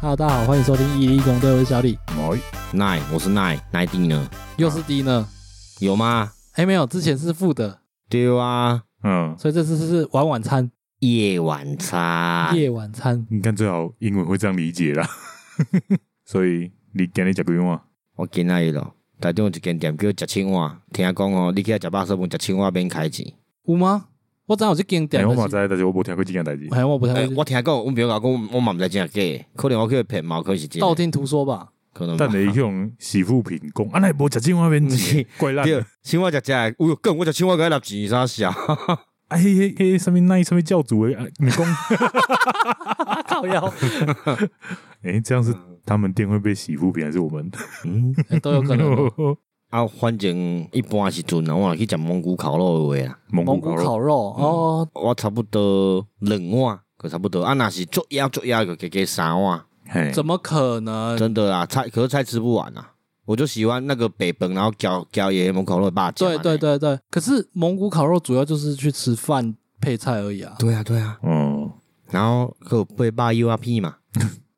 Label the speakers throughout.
Speaker 1: Hello，大家好，欢迎收听一零一公队，我是小李，
Speaker 2: 奈，我是奈奈弟呢？
Speaker 1: 又是 D 呢？
Speaker 2: 有吗？
Speaker 1: 哎，没有，之前是负的，
Speaker 2: 对啊，
Speaker 3: 嗯，
Speaker 1: 所以这次是晚晚餐、
Speaker 2: 夜晚餐。
Speaker 1: 夜晚餐。
Speaker 3: 你看最好英文会这样理解啦。 所以你今日食几碗？
Speaker 2: 我今仔日咯，台中有一间店叫食青蛙，听讲哦，你去遐食肉说饭，食青蛙免开钱。
Speaker 1: 有吗？我知道有这间
Speaker 3: 哎、
Speaker 1: 店，
Speaker 3: 我嘛
Speaker 1: 但
Speaker 3: 知
Speaker 1: 是，
Speaker 3: 但是我无听过这件代志。
Speaker 1: 哎，我不太
Speaker 2: 哎、
Speaker 1: 会
Speaker 2: 我听讲，阮朋友甲我讲，我嘛毋知真假的，可能我去骗嘛，可能是真的。
Speaker 1: 道听途说吧。
Speaker 2: 可能吧
Speaker 3: 但你去用洗护品讲，啊，那无食这碗面
Speaker 2: 不 是
Speaker 3: 钱，怪烂。
Speaker 2: 对，青蛙食食，哎呦，更我食青蛙该拿钱啥笑？
Speaker 3: 啊，迄迄迄什么那什么教主诶，啊你讲，
Speaker 1: 靠腰
Speaker 3: 哎、这样是他们店会被洗护品，还是我们？
Speaker 2: 嗯，
Speaker 1: 哎都有可能哦。
Speaker 2: 啊，反正一般时阵啊，我若去食蒙古烤肉的话啦，
Speaker 3: 蒙
Speaker 1: 蒙古
Speaker 3: 古
Speaker 1: 烤
Speaker 3: 烤肉，
Speaker 1: 肉哦，
Speaker 2: 我差不多两碗，可差不多啊，若是足野足野就加加三碗。
Speaker 3: 嘿，
Speaker 1: 怎么可能？
Speaker 2: 真的啦，菜可是菜吃不完啊。我就喜欢那个北本，然后搅搅爷爷门口肉霸酱。
Speaker 1: 对对对对，可是蒙古烤肉主要就是去吃饭配菜而已啊。
Speaker 2: 对啊对啊，
Speaker 3: 嗯，
Speaker 2: 然后可有配霸 U 啊 P 嘛，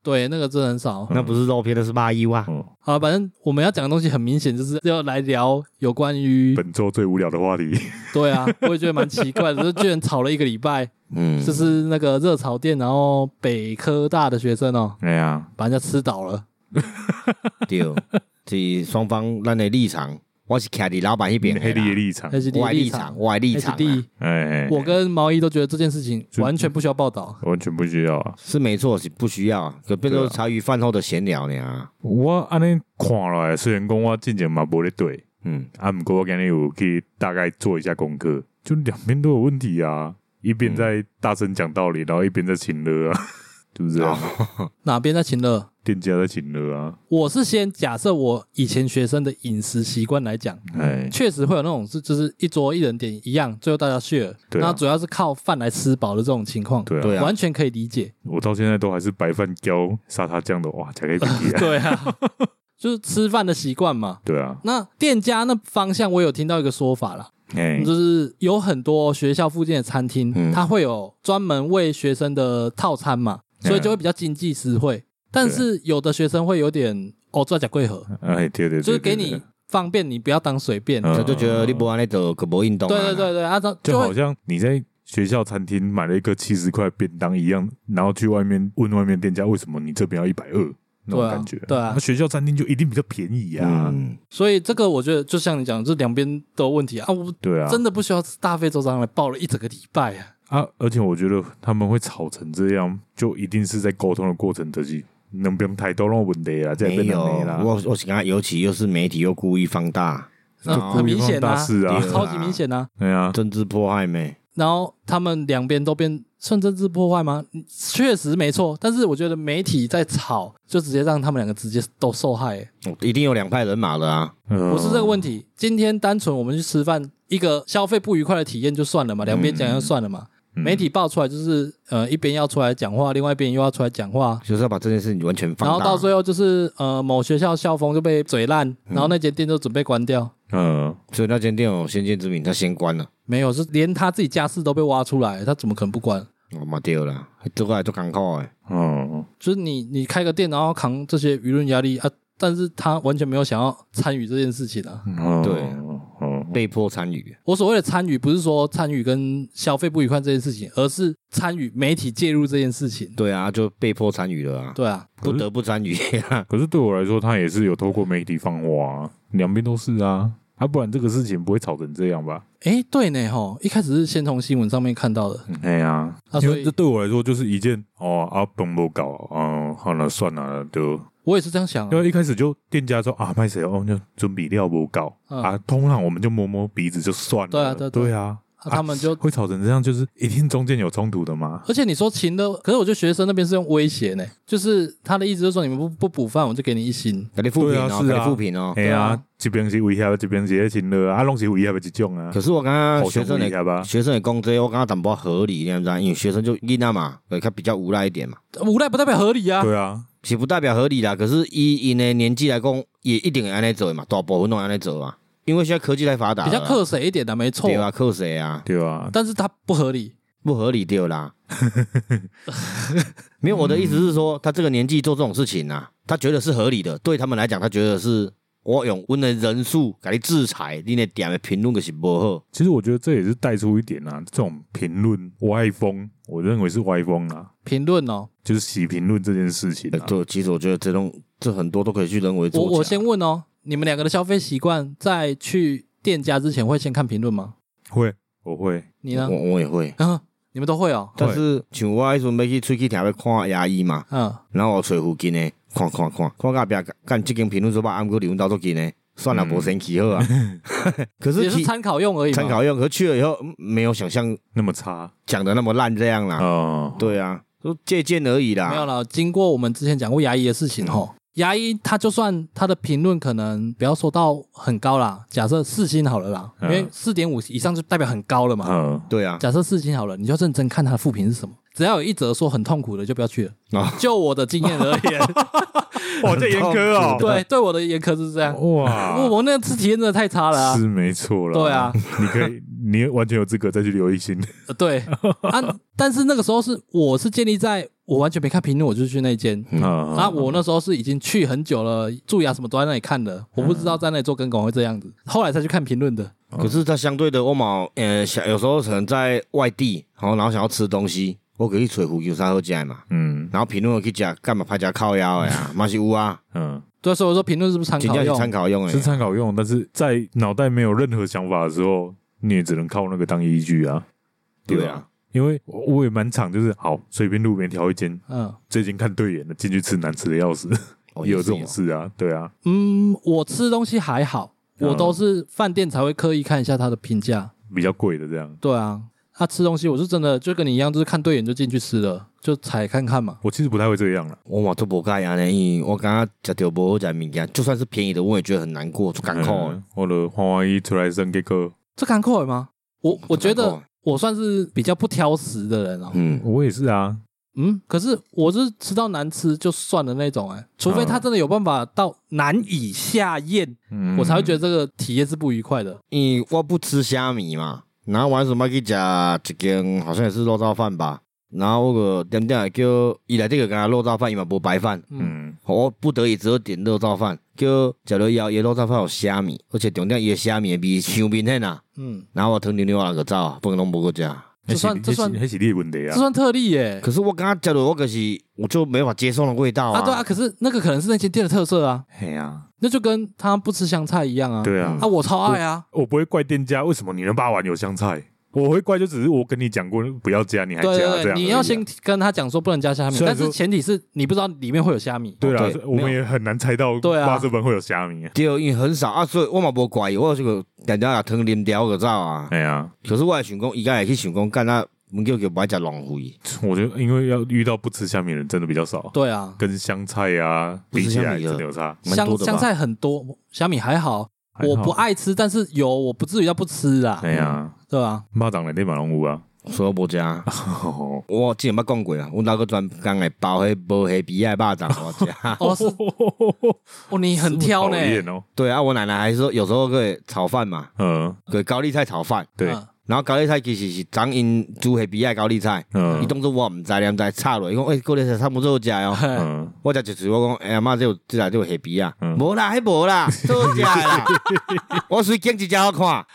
Speaker 1: 对，那个真的很少。
Speaker 2: 嗯那不是肉片，那是霸 U 啊。
Speaker 3: 嗯，
Speaker 1: 好，反正我们要讲的东西很明显，就是要来聊有关于
Speaker 3: 本周最无聊的话题，
Speaker 1: 对啊，我也觉得蛮奇怪的，就居然吵了一个礼拜，
Speaker 2: 嗯，
Speaker 1: 这是那个热炒店，然后北科大的学生哦，
Speaker 3: 哎呀，
Speaker 1: 把人家吃倒了，
Speaker 2: 对，是双方咱的立场，我是徛伫老嗯板那边的
Speaker 3: 黑的
Speaker 2: 啦，
Speaker 3: 立场，
Speaker 1: H D
Speaker 2: 我的立
Speaker 1: 场
Speaker 2: 场，我的立
Speaker 1: ，H
Speaker 2: 场啊
Speaker 1: D，
Speaker 3: 哎，哎
Speaker 1: 啊我跟毛衣都觉得这件事情
Speaker 3: 就
Speaker 1: 完全不需要报道。
Speaker 3: 完全不需要啊。
Speaker 2: 是没错，是不需要啊，可变成
Speaker 3: 对啊
Speaker 2: 茶余饭后的闲聊呢。
Speaker 3: 我安尼看落来，虽然讲我进前嘛无咧对。
Speaker 2: 嗯，
Speaker 3: 啊，不过我今日有去大概做一下功课，就两边都有问题啊，一
Speaker 1: 嗯
Speaker 3: 边在大声讲道理，然后一边在请了啊， 就是这样，
Speaker 1: 哦哪边在请乐？
Speaker 3: 店家在请了啊，
Speaker 1: 我是先假设我以前学生的饮食习惯来讲，
Speaker 3: 哎，
Speaker 1: 确实会有那种是就是一桌一人点一样，最后大家 share，
Speaker 3: 对啊
Speaker 1: 那主要是靠饭来吃饱的这种情况，
Speaker 3: 对
Speaker 2: 对
Speaker 3: 啊，
Speaker 2: 啊
Speaker 1: 完，全可以理解。
Speaker 3: 我到现在都还是白饭浇沙茶酱的，哇，才可以 比啊，
Speaker 1: 对啊，就是吃饭的习惯嘛。
Speaker 3: 对啊，
Speaker 1: 那店家那方向，我有听到一个说法啦，
Speaker 3: 哎，
Speaker 1: 就是有很多学校附近的餐厅，
Speaker 2: 嗯
Speaker 1: 它会有专门为学生的套餐嘛，
Speaker 3: 嗯
Speaker 1: 所以就会比较经济实惠。但是有的学生会有点哦，这假贵盒，
Speaker 3: 哎，对对，对
Speaker 1: 就是给，
Speaker 3: 对
Speaker 1: 你
Speaker 3: 对
Speaker 1: 方便，你不要当随便。
Speaker 3: 嗯
Speaker 2: 我就觉得你不安尼就可无运动啊。
Speaker 1: 对对对对，啊，这
Speaker 3: 就
Speaker 1: 会
Speaker 3: 好像你在。学校餐厅买了一个七十块便当一样，然后去外面问外面店家为什么你这边要一百二
Speaker 1: 对
Speaker 3: 那种
Speaker 1: 啊
Speaker 3: 感觉。
Speaker 1: 对啊
Speaker 3: 那学校餐厅就一定比较便宜啊。
Speaker 2: 嗯，
Speaker 1: 所以这个我觉得就像你讲，这两边都有问题啊。啊我
Speaker 3: 对啊，
Speaker 1: 真的不需要大费周章来报了一整个礼拜啊。
Speaker 3: 啊，而且我觉得他们会吵成这样，就一定是在沟通的过程得是能不用太多让问题啦，啊这
Speaker 2: 没
Speaker 3: 边
Speaker 2: 有，
Speaker 3: 没啦，
Speaker 2: 我我是感觉尤其又是媒体又故意放大，
Speaker 1: 那
Speaker 2: 然后
Speaker 1: 很明显啊
Speaker 3: 大事啊，
Speaker 2: 对
Speaker 1: 超级明显啊。
Speaker 3: 对啊，
Speaker 2: 政治迫害没？
Speaker 1: 然后他们两边都变算政治破坏吗？嗯确实没错，但是我觉得媒体在吵，就直接让他们两个直接都受害、欸
Speaker 2: 哦一定有两派人马的啊。
Speaker 3: 不
Speaker 1: 不是这个问题。今天单纯我们去吃饭，一个消费不愉快的体验就算了嘛，两边讲就算了嘛。
Speaker 2: 嗯
Speaker 1: 媒体爆出来就是呃一边要出来讲话，另外一边又要出来讲话。
Speaker 2: 就是要把这件事情完全放
Speaker 1: 然
Speaker 2: 大。
Speaker 1: 后到最后就是呃某学校校风就被嘴烂，
Speaker 2: 嗯
Speaker 1: 然后那间店就准备关掉。
Speaker 3: 嗯，
Speaker 2: 所以那间店有先见之明，他先关了，
Speaker 1: 没有，是连他自己家事都被挖出来，他怎么可能不关？
Speaker 2: 我哦嘛对了，这个还做港口诶，
Speaker 3: 嗯，
Speaker 1: 就是你你开个店，然后扛这些舆论压力啊，但是他完全没有想要参与这件事情啊。
Speaker 3: 嗯，
Speaker 2: 对
Speaker 3: 嗯，
Speaker 2: 被迫参与。
Speaker 1: 我所谓的参与，不是说参与跟消费不愉快这件事情，而是参与媒体介入这件事情。
Speaker 2: 对啊，就被迫参与了啊，
Speaker 1: 对啊，
Speaker 2: 不得 不参与啊。
Speaker 3: 可是对我来说，他也是有透过媒体放话、啊，两边都是啊，啊，不然这个事情不会吵成这样吧？
Speaker 1: 诶，对呢，吼，一开始是先从新闻上面看到的，
Speaker 3: 哎呀、
Speaker 1: 啊
Speaker 3: 因
Speaker 1: 所以
Speaker 3: 为这对我来说就是一件哦，啊，本不搞，哦、好了，算了，就
Speaker 1: 我也是这样想、
Speaker 3: 因
Speaker 1: 啊。
Speaker 3: 为一开始就店家说啊，卖谁哦，就准备料不高、
Speaker 1: 嗯
Speaker 3: 啊，通常我们就摸摸鼻子就算了。
Speaker 1: 对啊对啊对啊
Speaker 3: 啊，
Speaker 1: 啊他们就，
Speaker 3: 会吵成这样，就是一定中间有冲突的嘛。
Speaker 1: 而且你说情的，可是我觉得学生那边是用威胁呢，就是他的意思就是说你们不不补饭，我就给你一星。
Speaker 2: 给你复评
Speaker 3: 对
Speaker 2: 哦，
Speaker 3: 啊是
Speaker 2: 给
Speaker 3: 啊
Speaker 2: 你复评哦。
Speaker 3: 哎
Speaker 1: 对啊
Speaker 3: 呀，这边是威胁，这边是在请了啊，拢是威胁的一种啊
Speaker 2: 可。是我刚刚
Speaker 3: 互
Speaker 2: 学
Speaker 3: 相
Speaker 2: 生
Speaker 3: 威
Speaker 2: 的
Speaker 3: 胁吧，
Speaker 2: 学生的工资，我刚刚淡薄合理，你知道吗？因为学生就囡仔嘛，对他比较无赖一点嘛，
Speaker 1: 无赖不代表合理啊，
Speaker 3: 对啊，
Speaker 2: 是不代表合理啦。可是以因的年纪来讲，也一定会安尼做的嘛，大部分都安尼做啊。因为现在科技太发达了
Speaker 1: 比
Speaker 2: 啊，
Speaker 1: 较克谁一点的、没错
Speaker 2: 对。啊，克谁啊？
Speaker 3: 对啊，
Speaker 1: 但是它不合理，
Speaker 2: 不合理丢 啦。没有，我的意思是说，他这个年纪做这种事情啊，他觉得是合理的，对他们来讲，他觉得是我用阮的人数给你制裁，你的点的评论就是不好。
Speaker 3: 其实我觉得这也是带出一点啊，这种评论歪风，我认为是歪风啊，
Speaker 1: 评论哦，
Speaker 3: 就是洗评论这件事情
Speaker 2: 呃
Speaker 3: 啊。
Speaker 2: 对，其实我觉得这种这很多都可以去人为作
Speaker 1: 我
Speaker 2: 假。
Speaker 1: 我先问哦，你们两个的消费习惯在去店家之前会先看评论吗？
Speaker 3: 会，我会，
Speaker 1: 你呢
Speaker 2: 我？我也会，
Speaker 1: 啊，你们都会哦。
Speaker 2: 但是像我迄阵要去喙齿听要看牙医嘛，
Speaker 1: 嗯，
Speaker 2: 然后我找附近的看看看，看到壁干即间评论说啊吧，俺哥离阮兜足近呢，算了，
Speaker 3: 嗯
Speaker 2: 无生气好啊。 可
Speaker 1: 也
Speaker 2: 是
Speaker 1: 是
Speaker 2: 去
Speaker 1: 参考用而已嘛。
Speaker 2: 参考用，可去了以后嗯没有想象
Speaker 3: 那么差
Speaker 2: 讲的那么烂这样啦。
Speaker 3: 啊，
Speaker 2: 对啊，都借鉴而已啦。
Speaker 1: 没有了。经过我们之前讲过牙医的事情吼，牙医他就算他的评论可能不要说到很高啦，假设四星好了啦，因
Speaker 3: 嗯
Speaker 1: 为四点五以上就代表很高了嘛。
Speaker 3: 嗯，
Speaker 2: 对啊，
Speaker 1: 假设四星好了，你就认真看他的负评是什么。只要有一则说很痛苦的，就不要去了。
Speaker 2: 哦
Speaker 1: 就我的经验而 言，
Speaker 3: 哇，这严苛 哦，
Speaker 1: 对对我的严苛是这样。我
Speaker 3: 哇，
Speaker 1: 我那次体验真的太差了啊！
Speaker 3: 是没错了。
Speaker 1: 对啊，
Speaker 3: 你可以，你完全有资格再去留一星。
Speaker 1: 呃对啊，但是那个时候是我是建立在我完全没看评论，我就去那间。
Speaker 2: 嗯
Speaker 3: 啊
Speaker 1: 啊，我那时候是已经去很久了，蛀牙什么都在那里看的，我不知
Speaker 2: 嗯
Speaker 1: 道在那里做跟狗会这样子，后来才去看评论的。
Speaker 2: 可是它相对的，我嘛，呃，想有时候可能在外地，然后然后想要吃东西，我可以去找附近有啥好食的嘛。
Speaker 3: 嗯
Speaker 2: 然后评论去食，干嘛拍食靠腰的呀？嘛是有啊，
Speaker 3: 嗯，
Speaker 1: 对，所以我说评论是不是参
Speaker 2: 真
Speaker 1: 考
Speaker 2: 正是
Speaker 1: 用？
Speaker 2: 参考用
Speaker 3: 是
Speaker 2: 诶。
Speaker 3: 参考用，但是在脑袋没有任何想法的时候，你也只能靠那个当依据啊。
Speaker 2: 对啊，
Speaker 3: 因为我我也蛮常就是好随便路边挑一间，
Speaker 1: 嗯
Speaker 3: 这间看对眼了，进去吃难吃的要死，
Speaker 2: 哦
Speaker 3: 也有
Speaker 2: 也是
Speaker 3: 这种事啊，对啊，
Speaker 1: 嗯，我吃东西还好，我
Speaker 3: 嗯
Speaker 1: 都是饭店才会刻意看一下它的评价。
Speaker 3: 比较贵的这样。
Speaker 1: 对啊，他、吃东西我是真的就跟你一样，就是看对眼就进去吃了，就踩看看嘛。
Speaker 3: 我其实不太会这样了，
Speaker 2: 我嘛都不介安尼，因为我感觉食到无好食物件，就算是便宜的，我也觉得很难过，就哦艰苦的。
Speaker 3: 嗯，我的欢欢一出来生给个，
Speaker 1: 这看扣吗？我我觉
Speaker 2: 这
Speaker 1: 得
Speaker 2: 看过
Speaker 1: 我算是比较不挑食的人哦。
Speaker 2: 哦嗯，
Speaker 3: 我也是啊，
Speaker 1: 嗯，可是我是吃到难吃就算了那种哎、除非他
Speaker 3: 嗯
Speaker 1: 真的有办法到难以下咽，
Speaker 3: 嗯
Speaker 1: 我才会觉得这个体验是不愉快的。
Speaker 2: 因为我不吃虾米嘛，然后我什么去食一间好像也是肉燥饭吧，然后我个点点的叫伊来这个干肉燥饭，伊嘛无白饭，
Speaker 1: 嗯，
Speaker 3: 嗯，
Speaker 2: 我不得已只有点肉燥饭，叫食了以后，伊的肉燥饭有虾米，而且重点伊的虾米的味香明显啊，
Speaker 1: 嗯，
Speaker 2: 然后我糖尿尿那个走，啊本拢无个食。
Speaker 1: 这算
Speaker 3: 那是
Speaker 1: 这算
Speaker 3: 那是那是你的问题
Speaker 1: 这
Speaker 3: 啊，
Speaker 1: 算特例耶、
Speaker 2: 可是我刚刚食了，我可是我就没法接受那味道
Speaker 1: 啊，对啊，
Speaker 2: 啊。
Speaker 1: 可是那个可能是那间店的特色啊，
Speaker 3: 嘿啊，
Speaker 1: 那就跟他不吃香菜一样啊。
Speaker 3: 对啊
Speaker 2: 嗯
Speaker 1: 啊，，我超爱啊。
Speaker 3: 我不会怪店家为什么你能八碗有香菜，我会怪就只是我跟你讲过不要加，你还加
Speaker 1: 对对
Speaker 3: 这
Speaker 1: 对，
Speaker 3: 样，
Speaker 1: 你要先。跟他讲说不能加虾米，
Speaker 3: 虽
Speaker 1: 但
Speaker 3: 然说
Speaker 1: 是前提是你不知道里面会有虾米。
Speaker 3: 对啦
Speaker 2: 哦对，
Speaker 3: 我们也很难猜到
Speaker 1: 对啊
Speaker 3: 八这本会有虾米。
Speaker 2: 对，因为很少啊，所以我嘛无怪伊，我这个点点也汤啉掉个走啊。
Speaker 3: 哎呀，
Speaker 2: 可是我也想讲，伊家也去想讲，干那门叫叫白食浪费。
Speaker 3: 我觉得因为要遇到不吃虾米的人真的比较少，
Speaker 1: 对啊，
Speaker 3: 跟香菜啊
Speaker 2: 不吃
Speaker 3: 比起
Speaker 2: 虾
Speaker 3: 来
Speaker 2: 米的
Speaker 3: 真的有差。
Speaker 2: 蛮多
Speaker 1: 香
Speaker 2: 的吧
Speaker 1: 香菜很多，虾米还好，
Speaker 3: 还好
Speaker 1: 我不。爱吃，但是有我不至于到不吃啊，
Speaker 3: 哎呀，
Speaker 1: 对吧？
Speaker 3: 蚂蚱来对马龙屋啊，
Speaker 2: 所以我无食。我之前捌讲过啊，阮老哥专工会包迄无虾皮的肉粽我食。
Speaker 1: 哦，是哦，你很 挑呢
Speaker 3: 讨。厌哦。
Speaker 2: 对啊，我奶奶还说有时候会炒饭嘛，
Speaker 3: 嗯，
Speaker 2: 对高丽菜炒饭，
Speaker 3: 对，
Speaker 1: 嗯
Speaker 2: 然后高丽菜其实是长因煮虾皮的高丽菜，伊
Speaker 3: 嗯
Speaker 2: 当作我毋知，连知炒落，伊讲诶高丽菜差不多好食 哦。
Speaker 1: 嘿
Speaker 3: 嗯，
Speaker 2: 我食一次，我讲，哎、阿妈，这有这台这有虾皮啊，
Speaker 3: 嗯
Speaker 2: 无、啦，迄无啦，做食 的啦，我随拣一只好看，
Speaker 1: 哎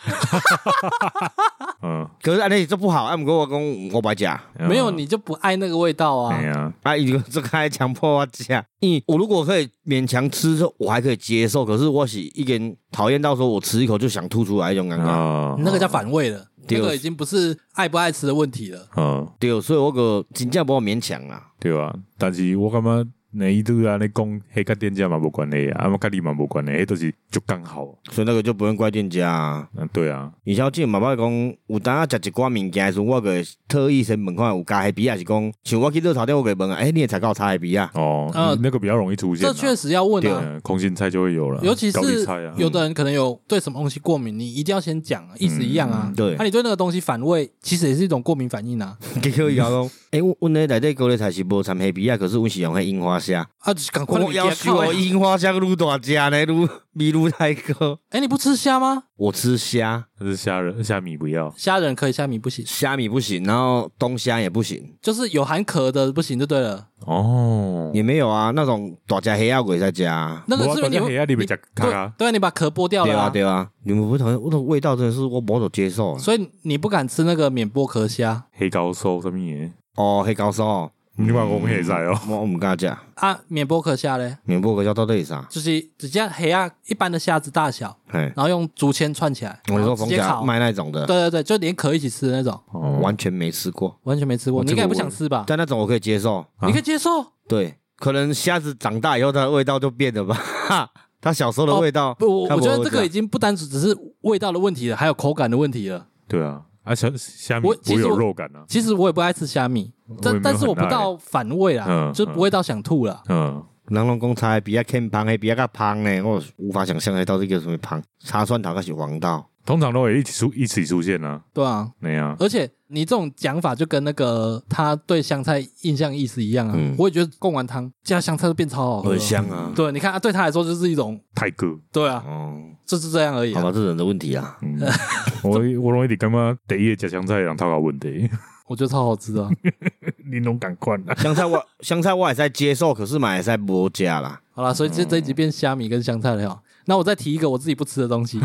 Speaker 3: 嗯，
Speaker 2: 可是安尼做不好，啊，毋过我讲我不爱食，
Speaker 3: 嗯
Speaker 1: 没有你就不爱那个味道啊
Speaker 3: 哎。呀，
Speaker 2: 啊，伊就这开强迫我吃，啊因为我如果可以勉强吃，我还可以接受，可是我是一点讨厌到说我吃一口就想吐出来那种感觉，
Speaker 3: 啊，
Speaker 1: 那个叫反胃了，
Speaker 2: 对
Speaker 1: 那个已经不是爱不爱吃的问题了。
Speaker 3: 嗯，
Speaker 2: 对，所以我个真正无勉强啊啦，
Speaker 3: 对吧？但是我感觉那一度啊，你讲黑甲店家嘛无关系啊，啊，甲你嘛无关系，迄都是就刚好。
Speaker 2: 所以那个就不用怪店家、啊。
Speaker 3: 嗯，对啊，
Speaker 2: 而且我之前嘛捌讲，有当啊食一寡物件的时候，我个特意先问看有加虾皮，啊还是讲像我去热炒店，我个问啊，哎、你也才搞差虾皮啊？
Speaker 3: 哦
Speaker 1: 呃，
Speaker 3: 那个比较容易出现啊。
Speaker 1: 这确实要问啊，
Speaker 3: 嗯，空心菜就会有了，
Speaker 1: 尤其
Speaker 3: 高丽
Speaker 1: 是
Speaker 3: 菜啊，
Speaker 1: 有的人可能有对什么东西过敏，你一定要先讲，意思一样啊。
Speaker 2: 嗯对
Speaker 1: 那、，你对那个东西反胃，其实也是一种过敏反应啊。
Speaker 2: 哎结果伊甲我讲，诶、阮阮迄内底高丽菜是无掺虾皮啊，可是阮是用迄樱花虾，
Speaker 1: 啊，就是赶快
Speaker 2: 我要求我樱花虾愈大只呢，愈米愈大个。
Speaker 1: 哎，你不吃虾吗？
Speaker 2: 我吃虾，
Speaker 3: 但是虾仁虾米不要，
Speaker 1: 虾仁可以，虾米不行，
Speaker 2: 虾米不行，然后东虾也不行，
Speaker 1: 就是有含壳的不行就对了。
Speaker 3: 哦，
Speaker 2: 也没有啊，那种大只黑鸭鬼在家啊。
Speaker 1: 那个是不是你
Speaker 3: 我
Speaker 1: 会
Speaker 3: 要哎你
Speaker 1: 你
Speaker 3: 们讲卡啊
Speaker 1: 对
Speaker 3: 卡，
Speaker 1: 对，你把壳剥掉
Speaker 2: 对
Speaker 1: 了
Speaker 2: 啊，
Speaker 1: 啊，
Speaker 2: 对啊，你们不同意，我的味道真的是我无法接受啊。
Speaker 1: 所以你不敢吃那个免剥壳虾
Speaker 3: 黑高手什么嘢？
Speaker 2: 哦，黑高手，
Speaker 3: 你话讲黑在哦，
Speaker 2: 我我唔敢食，
Speaker 1: 啊，免剥壳虾嘞，
Speaker 2: 面部个叫到底是啥？
Speaker 1: 就是直接黑啊一般的虾子大小，
Speaker 2: 嘿，
Speaker 1: 然后用竹签串起来，
Speaker 2: 我
Speaker 1: 然
Speaker 2: 说
Speaker 1: 后
Speaker 2: 冯
Speaker 1: 直接
Speaker 2: 甲
Speaker 1: 烤。
Speaker 2: 卖那种的，
Speaker 1: 对对对，就连壳一起吃的那种，
Speaker 3: 哦
Speaker 2: 完全没吃过，
Speaker 1: 完全没吃过，
Speaker 3: 哦
Speaker 1: 你
Speaker 3: 这
Speaker 1: 应
Speaker 3: 个
Speaker 1: 该也不
Speaker 3: 我
Speaker 1: 想吃吧？
Speaker 2: 但那种我可以接受。
Speaker 3: 啊
Speaker 1: 你可以接受？
Speaker 2: 对，可能虾子长大以后它的味道就变了吧，哈它小时候的味道。
Speaker 1: 哦不，我
Speaker 2: 看
Speaker 1: 我觉得这个
Speaker 2: 知
Speaker 1: 已经不单只只是味道的问题了，还有口感的问题了。
Speaker 3: 对啊，啊虾虾米
Speaker 1: 我
Speaker 3: 不
Speaker 1: 其实
Speaker 3: 会有
Speaker 1: 我
Speaker 3: 肉感啊，
Speaker 1: 其实我也不爱吃虾米，
Speaker 3: 也
Speaker 1: 但
Speaker 3: 没有
Speaker 1: 但是我
Speaker 3: 很
Speaker 1: 不
Speaker 3: 爱
Speaker 1: 到反胃啦，
Speaker 3: 嗯
Speaker 1: 就不会到想吐啦。
Speaker 3: 嗯，
Speaker 2: 人拢讲菜比较欠芳，诶，比较较芳呢，我无法想象诶到底叫什么芳。叉酸头还是黄道，
Speaker 3: 通常都会一起出一起出现啊，
Speaker 1: 对啊，
Speaker 3: 那样
Speaker 1: 而且你这种讲法就跟那个他对香菜印象意思一样啊。
Speaker 2: 嗯
Speaker 1: 我也觉得贡丸汤加香菜都变超好喝，
Speaker 2: 很。香啊。
Speaker 1: 对，你看啊，对他来说就是一种，
Speaker 3: 泰哥，
Speaker 1: 对啊，
Speaker 2: 哦，
Speaker 1: 就是这样而已
Speaker 2: 好
Speaker 1: 啊、
Speaker 2: 吧，这人的问题啊。
Speaker 3: 嗯， 我我容易点感觉第一个食香菜人头搞问题，
Speaker 1: 我觉得超好吃 啊。
Speaker 3: 你拢感款啊，
Speaker 2: 香菜我香菜我也在接受，可是买也在无食啦。
Speaker 1: 好啦，所以这这一集变虾米跟香菜了哈。那我再提一个我自己不吃的 东西，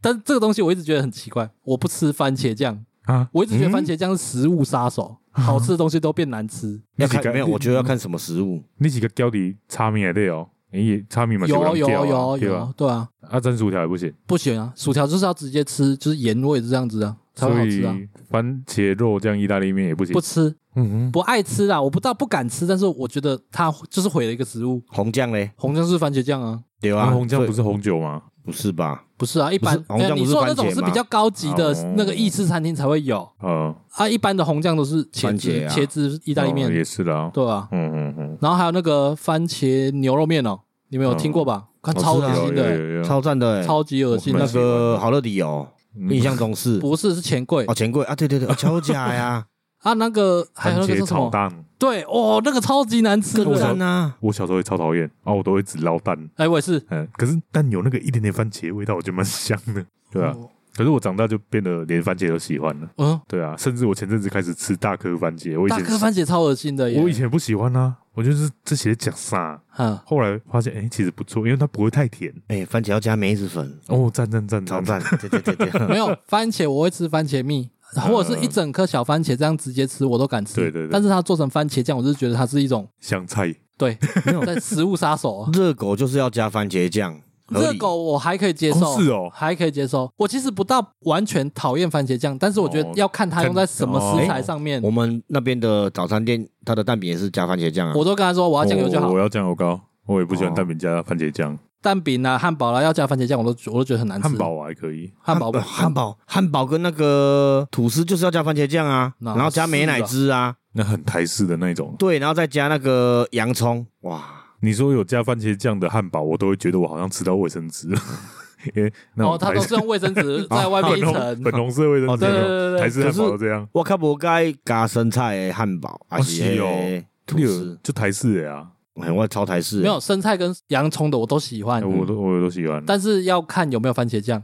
Speaker 1: 但是这个东西我一直觉得很奇怪，我不吃番茄酱
Speaker 3: 啊
Speaker 1: 我一
Speaker 2: 嗯
Speaker 1: 直觉得番茄酱是食物杀 手，好吃的东西都变难吃。
Speaker 3: 你
Speaker 2: 要
Speaker 3: 是
Speaker 2: 看
Speaker 3: 改
Speaker 2: 没有？我觉得要看什么食物。
Speaker 3: 你是个胶底炒面来的哦，诶，炒面嘛是
Speaker 1: 有
Speaker 3: 人
Speaker 1: 有
Speaker 3: 叫啊
Speaker 1: 有
Speaker 3: 对吧
Speaker 1: 有，？对啊，
Speaker 3: 啊，蒸薯条也不行，
Speaker 1: 不行啊，薯条就是要直接吃，就是盐味这样子啊，才会
Speaker 3: 所
Speaker 1: 好吃
Speaker 3: 以
Speaker 1: 啊。
Speaker 3: 番茄肉酱意大利面也不行
Speaker 1: 不，吃，
Speaker 3: 嗯，
Speaker 1: 不爱吃啦，我不知道不敢吃，但是我觉得它就是毁了一个食物。
Speaker 2: 红酱嘞？
Speaker 1: 红酱是番茄酱啊，
Speaker 2: 对啊，
Speaker 3: 啊，红酱
Speaker 2: 对
Speaker 3: 不是红酒吗？
Speaker 2: 不是吧？
Speaker 1: 不是啊，一般
Speaker 2: 不是红酱
Speaker 1: 呃
Speaker 2: 不是
Speaker 1: 你说那种
Speaker 2: 番茄
Speaker 1: 是
Speaker 2: 吗
Speaker 1: 比较高级的
Speaker 3: 哦
Speaker 1: 那个意式餐厅才会有
Speaker 3: 呃，
Speaker 1: 啊，一般的红酱都是茄
Speaker 2: 番
Speaker 1: 子、
Speaker 2: 茄啊
Speaker 1: 茄子意大利面
Speaker 3: 哦，也是啦，
Speaker 1: 对啊，
Speaker 3: 嗯嗯嗯，
Speaker 1: 然后还有那个番茄牛肉面哦，你们有听过吧？看
Speaker 2: 我知
Speaker 1: 超
Speaker 2: 道
Speaker 1: 恶
Speaker 3: 有
Speaker 1: 心的
Speaker 3: 哦啊有
Speaker 1: 欸，
Speaker 3: 有有，
Speaker 2: 超赞的欸。
Speaker 1: 超级恶心
Speaker 3: 我
Speaker 1: 的
Speaker 2: 那
Speaker 3: 们，
Speaker 2: 个好乐迪哦，
Speaker 3: 嗯
Speaker 2: 印象中是
Speaker 1: 不是是钱柜
Speaker 2: 哦，钱柜啊，对对对，哦超假呀，
Speaker 1: 啊，那个还
Speaker 3: 番
Speaker 1: 有那个是
Speaker 3: 茄
Speaker 1: 什
Speaker 3: 炒
Speaker 1: 么？
Speaker 3: 蛋，
Speaker 1: 对，哦，那个超级难吃
Speaker 2: 更
Speaker 1: 的
Speaker 2: 赞。啊！
Speaker 3: 我小时候也超讨厌，啊，我都会只捞蛋，
Speaker 1: 哎，我也是，
Speaker 3: 嗯，可是蛋有那个一点点番茄味道，我觉得蛮香的，对啊。可是我长大就变得连番茄都喜欢了，
Speaker 1: 嗯，
Speaker 3: 对啊，甚至我前阵子开始吃大颗番茄，我以
Speaker 1: 大
Speaker 3: 前
Speaker 1: 颗番茄超恶心的耶。
Speaker 3: 我以前不喜欢啊，我就是这些假啥，
Speaker 1: 嗯，
Speaker 3: 后来发现哎、诶其实不错，因为它不会太甜，
Speaker 2: 哎，番茄要加梅子粉，
Speaker 3: 哦，赞赞赞
Speaker 2: 超
Speaker 3: 赞，
Speaker 2: 赞！对对对对，
Speaker 1: 没有番茄，我会吃番茄 蜜，或者是一整颗小番茄这样直接吃，我都敢吃。
Speaker 3: 嗯对对对
Speaker 1: 但是它做成番茄酱，我就是觉得它是一种
Speaker 3: 香菜，
Speaker 1: 对，在食物杀手啊。
Speaker 2: 热狗就是要加番茄酱，合
Speaker 1: 热
Speaker 2: 理
Speaker 1: 狗我还可以接受，
Speaker 3: 哦是哦
Speaker 1: 还可以接受。我其实不到完全讨厌番茄酱，但是我觉得
Speaker 3: 哦
Speaker 1: 要看它用在什么食材上面。
Speaker 2: 我们那边的早餐店，它的蛋饼也是加番茄酱啊。
Speaker 1: 我都跟他说我要哦酱油就
Speaker 3: 我
Speaker 1: 好
Speaker 3: 我，要酱油膏，我也不喜欢
Speaker 2: 哦
Speaker 3: 蛋饼加番茄酱，
Speaker 1: 蛋饼啊、汉堡啦、要加番茄酱，我都我都觉得很难吃。
Speaker 3: 汉堡我还可以，
Speaker 1: 汉堡不哦
Speaker 2: 呃汉堡汉堡跟那个吐司就是要加番茄酱啊，
Speaker 1: 那
Speaker 2: 然后加美乃滋啊，
Speaker 3: 那很台式的那种。
Speaker 2: 对，然后再加那个洋葱，哇，
Speaker 3: 你说有加番茄酱的汉堡，我都会觉得我好像吃到卫生纸了， 因为那
Speaker 1: 然
Speaker 3: 种
Speaker 1: 后哦它
Speaker 3: 台
Speaker 1: 都
Speaker 3: 式啊
Speaker 1: 是用卫生 纸在外面一
Speaker 3: 粉
Speaker 1: 层
Speaker 3: 红。 粉红色卫生
Speaker 2: 哦
Speaker 3: 纸
Speaker 2: 对
Speaker 3: 那
Speaker 1: 对对
Speaker 3: 种，
Speaker 1: 对
Speaker 3: 台式汉
Speaker 2: 可
Speaker 3: 堡
Speaker 2: 是
Speaker 3: 都这样。
Speaker 2: 我较无该加生菜的汉堡，还是
Speaker 3: 是
Speaker 2: 那
Speaker 3: 哦
Speaker 2: 个吐司，
Speaker 3: 就台式的啊，
Speaker 2: 哎我超台式的，
Speaker 1: 没有生菜跟洋葱的我都喜欢，
Speaker 3: 哎我都我都喜欢。
Speaker 1: 嗯
Speaker 3: 哦
Speaker 1: 但是要看有没有番茄 酱，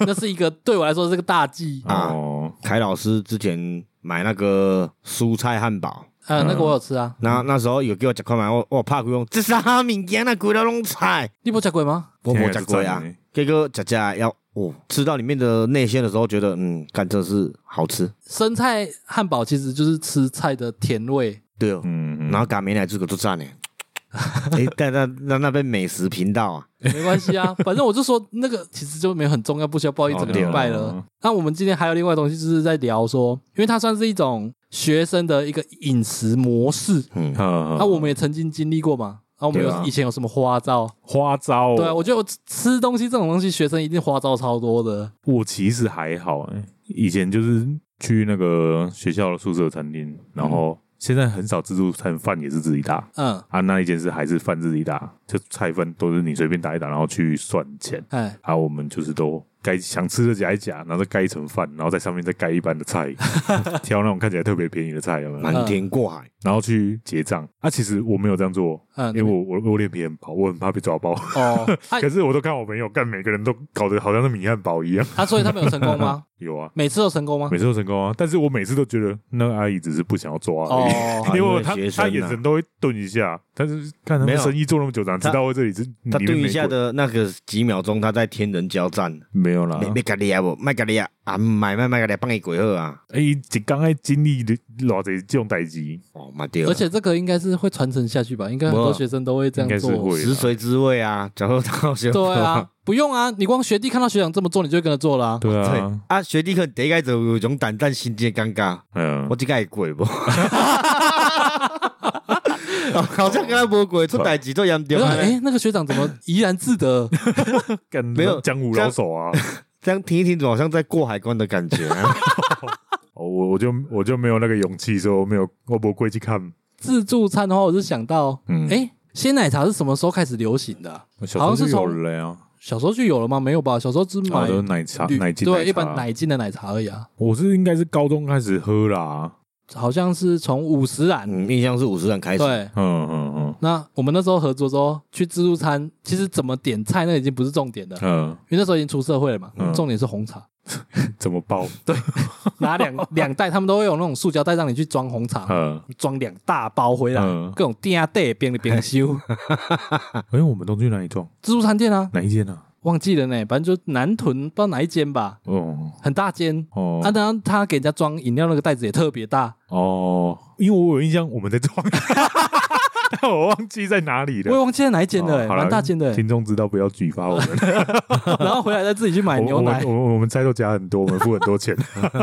Speaker 1: 那是一个对我来说是个大忌。
Speaker 2: 啊
Speaker 3: 哦，
Speaker 2: 凯老师之前买那个蔬菜汉堡，
Speaker 1: 呃，
Speaker 3: 嗯
Speaker 1: 那个我有吃啊，
Speaker 2: 那那时候有给我吃看嘛，我我怕鬼讲这啥物件啊，鬼都拢菜，
Speaker 1: 你不吃鬼吗？
Speaker 2: 我
Speaker 3: 天
Speaker 2: 没
Speaker 3: 啊
Speaker 2: 吃过呀
Speaker 3: 这赞欸。
Speaker 2: 结果吃吃要哦，吃到里面的内馅的时候，觉得嗯，干这是好吃，
Speaker 1: 生菜汉堡其实就是吃菜的甜味，
Speaker 2: 对哦。
Speaker 3: 嗯，
Speaker 2: 然后咖美奶这个就赞呢。 哎，但那那那边美食频道啊，
Speaker 1: 没关系啊，反正我就说那个其实就没有很重要，不需要报一整个礼拜
Speaker 3: 哦对
Speaker 1: 了
Speaker 3: 啊。
Speaker 1: 那我们今天还有另外东西，就是在聊说，因为它算是一种学生的一个饮食模式，
Speaker 2: 嗯，
Speaker 1: 那
Speaker 3: 啊
Speaker 1: 我们也曾经经历过嘛。啊，我们
Speaker 2: 对啊
Speaker 1: 有以前有什么花招？
Speaker 3: 花哦招，
Speaker 1: 对啊，我觉得我吃吃东西这种东西，学生一定花招超多的。
Speaker 3: 我其实还好欸，以前就是去那个学校的宿舍餐厅，然后现在很少自助餐，饭也是自己打。
Speaker 1: 嗯，
Speaker 3: 啊，那一件事还是饭自己打，就菜饭都是你随便打一打，然后去算钱。
Speaker 1: 哎，
Speaker 3: 啊，我们就是都该想吃的夹一夹，然后再盖一层饭，然后在上面再盖一般的菜， 挑那种看起来特别便宜的菜，有没有？
Speaker 2: 瞒天过海，
Speaker 3: 然后去结账。啊，其实我没有这样做，
Speaker 1: 嗯，
Speaker 3: 因为我我我脸皮很薄，我很怕被抓包。
Speaker 1: 哦，啊
Speaker 3: 可是我都看我朋友干，每个人都搞得好像是米汉堡一样。
Speaker 1: 啊，所以他们有成功吗？
Speaker 3: 有啊，
Speaker 1: 每次都成 功吗？
Speaker 3: 每次都成功啊，但是我每次都觉得那个阿姨只是不想要抓而已。
Speaker 1: 哦，
Speaker 2: 啊
Speaker 3: 因为
Speaker 2: 因
Speaker 3: 他
Speaker 2: 为学生
Speaker 3: 他
Speaker 2: 啊
Speaker 3: 眼神都会顿一下，但是看他
Speaker 2: 没
Speaker 3: 们
Speaker 2: 有
Speaker 3: 生意做那么久，哪知
Speaker 2: 他
Speaker 3: 道会这里是
Speaker 2: 他
Speaker 3: 里面
Speaker 2: 对一
Speaker 3: 没
Speaker 2: 下
Speaker 3: 鬼
Speaker 2: 的那个几秒钟，他在天人交战，
Speaker 3: 没有啦
Speaker 2: 没没咖喱啊，不卖咖喱啊，啊买卖卖咖喱，帮你鬼喝啊，
Speaker 3: 哎，一刚才经历的偌济这种代志，
Speaker 2: 哦妈丢，
Speaker 1: 而
Speaker 3: 啊
Speaker 1: 且这个应该是会传承下去吧？应该很多学生都会这
Speaker 3: 应该
Speaker 1: 样
Speaker 3: 是
Speaker 1: 做。
Speaker 3: 会
Speaker 2: 食
Speaker 3: 啦。
Speaker 2: 髓知味啊，假如到学
Speaker 1: 对啊，不用啊，你光学弟看到学长这么做，你就会跟着做啦、
Speaker 3: 对
Speaker 2: 对
Speaker 3: 啊，
Speaker 2: 啊，学弟可能第一开始有一种胆战心惊的尴尬，
Speaker 3: 嗯
Speaker 2: 我，这个会过无？好像刚才无过，出代志做严
Speaker 1: 我
Speaker 2: 重
Speaker 1: 说，
Speaker 2: 啊。
Speaker 1: 哎、那个学长怎 么怡然自得？
Speaker 3: 干
Speaker 2: 没有
Speaker 3: 江湖老手啊，
Speaker 2: 这样听一听，好像在过海关的感 觉啊。
Speaker 3: 哦我我就我就没有那个勇气说我没有我不会去看，
Speaker 1: 自助餐的话，我是想到，
Speaker 3: 嗯
Speaker 1: 哎、，鲜奶茶是什么时候开始流行的啊、
Speaker 3: 小时候
Speaker 1: 好像
Speaker 3: 就有
Speaker 1: 是从
Speaker 3: 了呀，
Speaker 1: 小时候就有了吗？没有吧？小时候只
Speaker 3: 我
Speaker 1: 买
Speaker 3: 啊都是奶茶
Speaker 1: 铝
Speaker 3: 奶精
Speaker 1: 对，啊一
Speaker 3: 茶
Speaker 1: 般，奶精的奶茶而已啊。
Speaker 3: 我是应该是高中开始喝啦，
Speaker 1: 好像是从五十兰，
Speaker 2: 嗯，印象是五十人开始，
Speaker 1: 对。
Speaker 3: 嗯嗯嗯
Speaker 1: 那我们那时候合作之后去自助餐，其实怎么点菜那已经不是重点了，
Speaker 3: 嗯，
Speaker 1: 因为那时候已经出社会了嘛。
Speaker 3: 嗯
Speaker 1: 重点是红茶，
Speaker 3: 怎么包？
Speaker 1: 拿两两袋，他们都会有那种塑胶袋让你去装红茶，
Speaker 3: 嗯，
Speaker 1: 装两大包回来，
Speaker 3: 嗯
Speaker 1: 各种店啊袋边的边修。
Speaker 3: 哎，我们都去哪里撞？
Speaker 1: 自助餐 店啊，
Speaker 3: 哪一间啊？
Speaker 1: 忘记了呢，反正就南屯不知道哪一间吧，
Speaker 3: 哦
Speaker 1: 很大间。
Speaker 3: 哦
Speaker 1: 啊，然后他给人家装饮料那个袋子也特别大，
Speaker 3: 哦，因为我有印象我们在撞，但我忘记在哪里
Speaker 1: 我也
Speaker 3: 了。
Speaker 1: 忘记在哪一间了、欸，
Speaker 3: 哦好啦
Speaker 1: 蛮大间的、欸。
Speaker 3: 听众知道不要举发我们，
Speaker 1: 然后回来再自己去买
Speaker 3: 我
Speaker 1: 牛
Speaker 3: 我
Speaker 1: 奶
Speaker 3: 们我。们我们菜都加很多，我们付很多钱，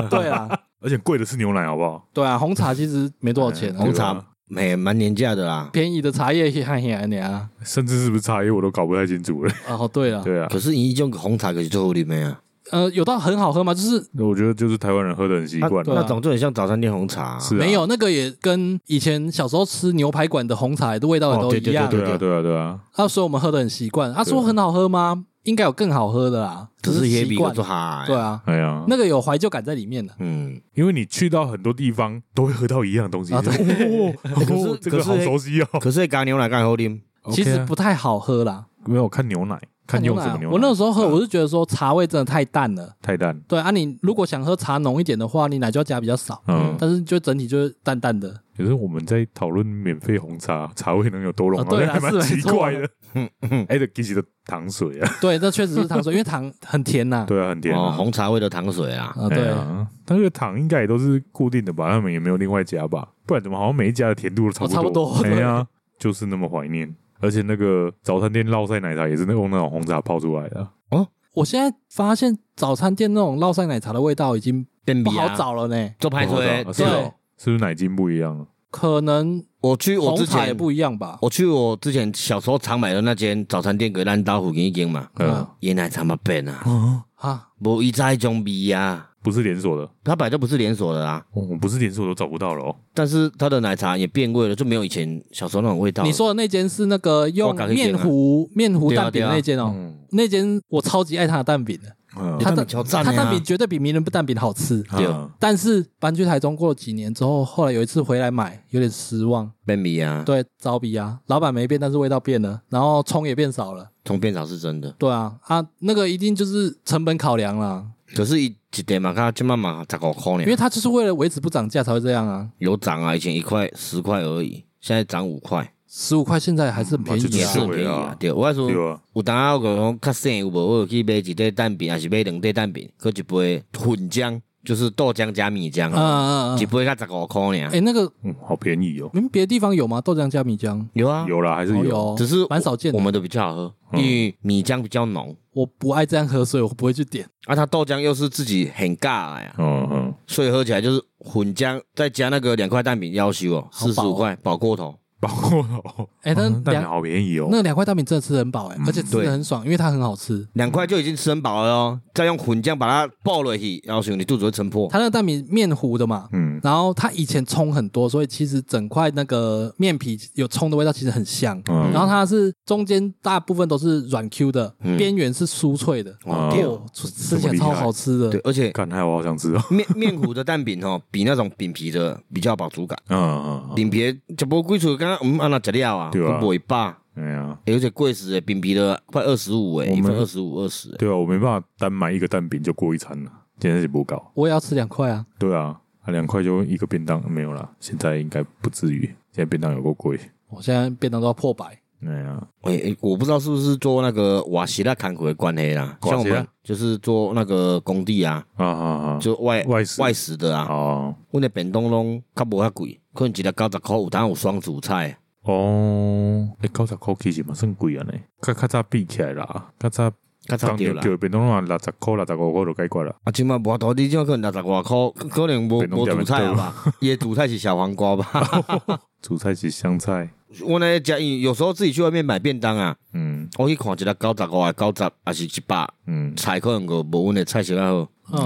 Speaker 1: 对啊，
Speaker 3: 而且贵的是牛奶，好不好？
Speaker 1: 对啊，红茶其实没多少钱、啊，
Speaker 2: 红
Speaker 3: 对啊
Speaker 2: 茶没蛮廉价的啦。
Speaker 1: 便宜的茶叶看起来啊。
Speaker 3: 甚至是不是茶叶我都搞不太清楚了。
Speaker 1: 哦，对了，
Speaker 3: 对啊，
Speaker 2: 可是你用红茶可是最后里面啊，
Speaker 1: 呃，有到很好喝吗？就是
Speaker 3: 那我觉得就是台湾人喝的很习
Speaker 2: 那
Speaker 3: 惯
Speaker 1: 对啊
Speaker 3: 了，
Speaker 2: 那种就很像早餐店红茶啊。
Speaker 3: 是啊
Speaker 1: 没有那个也跟以前小时候吃牛排馆的红茶的味道也
Speaker 2: 哦
Speaker 1: 都
Speaker 2: 对
Speaker 1: 一
Speaker 2: 对
Speaker 1: 样。
Speaker 3: 对啊，对啊，对啊，
Speaker 1: 他说我们喝的很习惯，他、啊、
Speaker 3: 对
Speaker 1: 说很好喝吗？应该有更好喝的啦，
Speaker 2: 只是
Speaker 1: 习
Speaker 2: 也比
Speaker 1: 惯
Speaker 2: 我。做哈。
Speaker 1: 对，啊，
Speaker 3: 哎呀，
Speaker 1: 那个有怀旧感在里面啊的。
Speaker 2: 嗯，
Speaker 3: 因为你去到很多地方都会喝到一样的东西，
Speaker 1: 啊
Speaker 3: 就哦，
Speaker 2: 可是
Speaker 3: 哦这个
Speaker 2: 可是
Speaker 3: 好熟悉哦。
Speaker 2: 可是加牛奶干好啉，
Speaker 1: 其
Speaker 3: OK
Speaker 1: 实
Speaker 3: 啊
Speaker 1: 不太好喝啦。
Speaker 3: 没有看牛奶，看用什么牛奶。
Speaker 1: 啊我那时候喝，我是觉得说茶味真的太淡了。
Speaker 3: 太淡，
Speaker 1: 对啊，你如果想喝茶浓一点的话，你奶就要加比较少，
Speaker 3: 嗯，
Speaker 1: 但是就整体就是淡淡的。
Speaker 3: 可是我们在讨论免费红茶 茶味能有多浓
Speaker 1: 啊对啊
Speaker 3: 还蛮
Speaker 1: 是
Speaker 3: 奇
Speaker 1: 没错啊
Speaker 3: 怪的。 哎，这其实的糖 水啊，
Speaker 1: 对，这确实是糖水，因为糖很甜呐。
Speaker 3: 对啊，很甜
Speaker 2: 哦，
Speaker 3: 啊。
Speaker 2: 红茶味的糖水啊。
Speaker 1: 啊，
Speaker 3: 哎
Speaker 1: 对，
Speaker 3: 呀，它那个糖应该也都是固定的吧？他们也没有另外加吧？不然怎么好像每一家的甜度都差不多？
Speaker 1: 哦差不多
Speaker 3: 哎
Speaker 1: 对
Speaker 3: 呀，就是那么怀念。而且那个早餐店烙晒奶茶也是那用那种红茶泡出来的啊，
Speaker 1: 我现在发现早餐店那种烙晒奶茶的味道已经
Speaker 2: 变
Speaker 1: 不
Speaker 2: 比
Speaker 1: 好
Speaker 2: 啊，
Speaker 1: 找了呢，
Speaker 2: 做派
Speaker 3: 不好找
Speaker 2: 对
Speaker 3: 啊，是
Speaker 1: 对
Speaker 3: 哦，是不是奶精不一样啊？
Speaker 1: 可能
Speaker 2: 我去我
Speaker 1: 红
Speaker 2: 之
Speaker 1: 茶
Speaker 2: 前
Speaker 1: 也不一样吧。
Speaker 2: 我去我之前小时候常买的那间早餐店，给咱家附近一间嘛，
Speaker 3: 嗯，
Speaker 1: 嗯
Speaker 2: 椰奶茶嘛变啊，
Speaker 1: 啊，
Speaker 2: 无伊早迄种味啊，
Speaker 3: 不是连锁的，
Speaker 2: 它本来就不是连锁的啊，
Speaker 3: 哦，不是连锁都找不到了哦。
Speaker 2: 但是它的奶茶也变味了，就没有以前小时候那种味道了。
Speaker 1: 你说的那间是那个用
Speaker 2: 我改一间
Speaker 1: 面
Speaker 2: 啊
Speaker 1: 糊面糊
Speaker 2: 对啊
Speaker 1: 蛋饼
Speaker 2: 对啊
Speaker 1: 那间哦，
Speaker 3: 嗯，
Speaker 1: 那间我超级爱它的蛋饼的，
Speaker 3: 嗯
Speaker 1: 它
Speaker 2: 它
Speaker 1: 的
Speaker 2: 超
Speaker 1: 它
Speaker 2: 赞的
Speaker 1: 蛋
Speaker 2: 啊
Speaker 1: 饼，绝对比名人蛋饼好吃。
Speaker 2: 对
Speaker 3: 啊
Speaker 1: 但是搬去台中过了几年之后，后来有一次回来买，有点失望。
Speaker 2: 变味啊，
Speaker 1: 对，糟比啊，老板没变，但是味道变了，然后葱也变少了。
Speaker 2: 从变少是真的。
Speaker 1: 对啊，啊，那个一定就是成本考量啦，
Speaker 2: 可是一一袋嘛，看这慢嘛十五块
Speaker 1: 因为
Speaker 2: 呢，
Speaker 1: 它就是为了维持不涨价才会这样啊。
Speaker 2: 有涨啊，以前一块十块而已，现在涨五块，
Speaker 1: 十五块现在还是很便宜
Speaker 3: 嗯
Speaker 2: 也
Speaker 1: 啊
Speaker 2: 是。很便宜
Speaker 3: 是啊
Speaker 2: 啊。对，我跟你说
Speaker 3: 对啊，
Speaker 2: 有当啊，我讲较省有无，我有去买一袋蛋饼，还是买两袋蛋饼，搁一杯混浆，就是豆浆加米浆
Speaker 1: 嗯
Speaker 2: 啊，
Speaker 1: 嗯
Speaker 2: 一
Speaker 1: 嗯。
Speaker 2: 杯才十五块呢
Speaker 1: 哎，。那个
Speaker 3: 嗯，好便宜哦。
Speaker 1: 你们别的地方有吗？豆浆加米浆？
Speaker 2: 有啊，
Speaker 3: 有啦，还是
Speaker 1: 哦
Speaker 3: 有。
Speaker 1: 有，
Speaker 2: 只是
Speaker 1: 蛮少见的
Speaker 2: 我。们的比较好喝，
Speaker 3: 嗯
Speaker 2: 因为米浆比较浓，
Speaker 1: 我不爱这样喝，所以我不会去点。
Speaker 2: 啊，它豆浆又是自己很尬的呀，
Speaker 3: 嗯嗯，
Speaker 2: 所以喝起来就是混浆，再加那个两块蛋饼要修哦，
Speaker 1: 好
Speaker 2: 四十
Speaker 1: 饱哦
Speaker 2: 五块，饱过头。
Speaker 3: 包括头，
Speaker 1: 哎但
Speaker 3: 哦蛋
Speaker 1: 两
Speaker 3: 饼好便宜哦，
Speaker 1: 那两块蛋饼真的吃的很饱哎、而且吃
Speaker 2: 对
Speaker 1: 的很爽，因为它很好吃。
Speaker 2: 两块就已经吃很饱了哦，再用混酱把它爆了去，然后兄你肚子会撑破。
Speaker 1: 它那个蛋饼面糊的嘛，
Speaker 3: 嗯，
Speaker 1: 然后它以前葱很多，所以其实整块那个面皮有葱的味道，其实很香。
Speaker 3: 嗯
Speaker 1: 然后它是中间大部分都是软 Q 的，
Speaker 2: 嗯
Speaker 1: 边缘是酥脆的，
Speaker 3: 哦
Speaker 2: 对
Speaker 1: 哦，吃吃起来超好吃的
Speaker 2: 对。，而且
Speaker 3: 看，还有我好想吃哦，
Speaker 2: 面面糊的蛋饼哦，比那种饼皮的比较有饱足感。
Speaker 3: 嗯嗯，嗯
Speaker 2: 饼皮食无几处，刚刚嗯安那食了啊，
Speaker 3: 对啊
Speaker 2: 都袂饱。
Speaker 3: 哎呀，
Speaker 2: 而且贵死诶，饼皮的快二十五诶，
Speaker 3: 我
Speaker 2: 一
Speaker 3: 们
Speaker 2: 份二十五二十。
Speaker 3: 对啊，我没办法单买一个蛋饼就过一餐了，今天是不搞，
Speaker 1: 我也要吃两块啊！
Speaker 3: 对啊，啊两块就一个便当没有啦，现在应该不至于，现在便当有够贵，
Speaker 1: 我现在便当都要破百，
Speaker 3: 哎呀，
Speaker 2: 诶、诶我不知道是不是做那个瓦西拉坎苦的关系啦，
Speaker 3: 瓦西拉
Speaker 2: 像我们就是做那个工地啊，
Speaker 3: 啊啊啊，
Speaker 2: 就外
Speaker 3: 外食
Speaker 2: 外食的啊，
Speaker 3: 哦
Speaker 2: 阮的便当拢较无遐贵，可能一日九十箍有当有双主菜，
Speaker 3: 哦，哎，九十块其实嘛算贵啊呢，较较早比起来啦，较早
Speaker 2: 较差
Speaker 3: 当
Speaker 2: 对
Speaker 3: 年
Speaker 2: 啦。
Speaker 3: 叫便当啊六十块六十五块就解决啦，
Speaker 2: 啊，即摆无法度，你即可能六十外箍，可可能无
Speaker 3: 便当
Speaker 2: 无
Speaker 3: 店
Speaker 2: 主
Speaker 3: 的
Speaker 2: 菜了吧？ 伊的主菜是小黄瓜吧？
Speaker 3: 主菜是香菜，
Speaker 2: 我呢，食有时候自己去外面买便当啊，
Speaker 3: 嗯
Speaker 2: 我去看一个九十五、九十还是一百，
Speaker 3: 嗯，
Speaker 2: 菜可能个无阮的菜色较好。
Speaker 1: 嗯，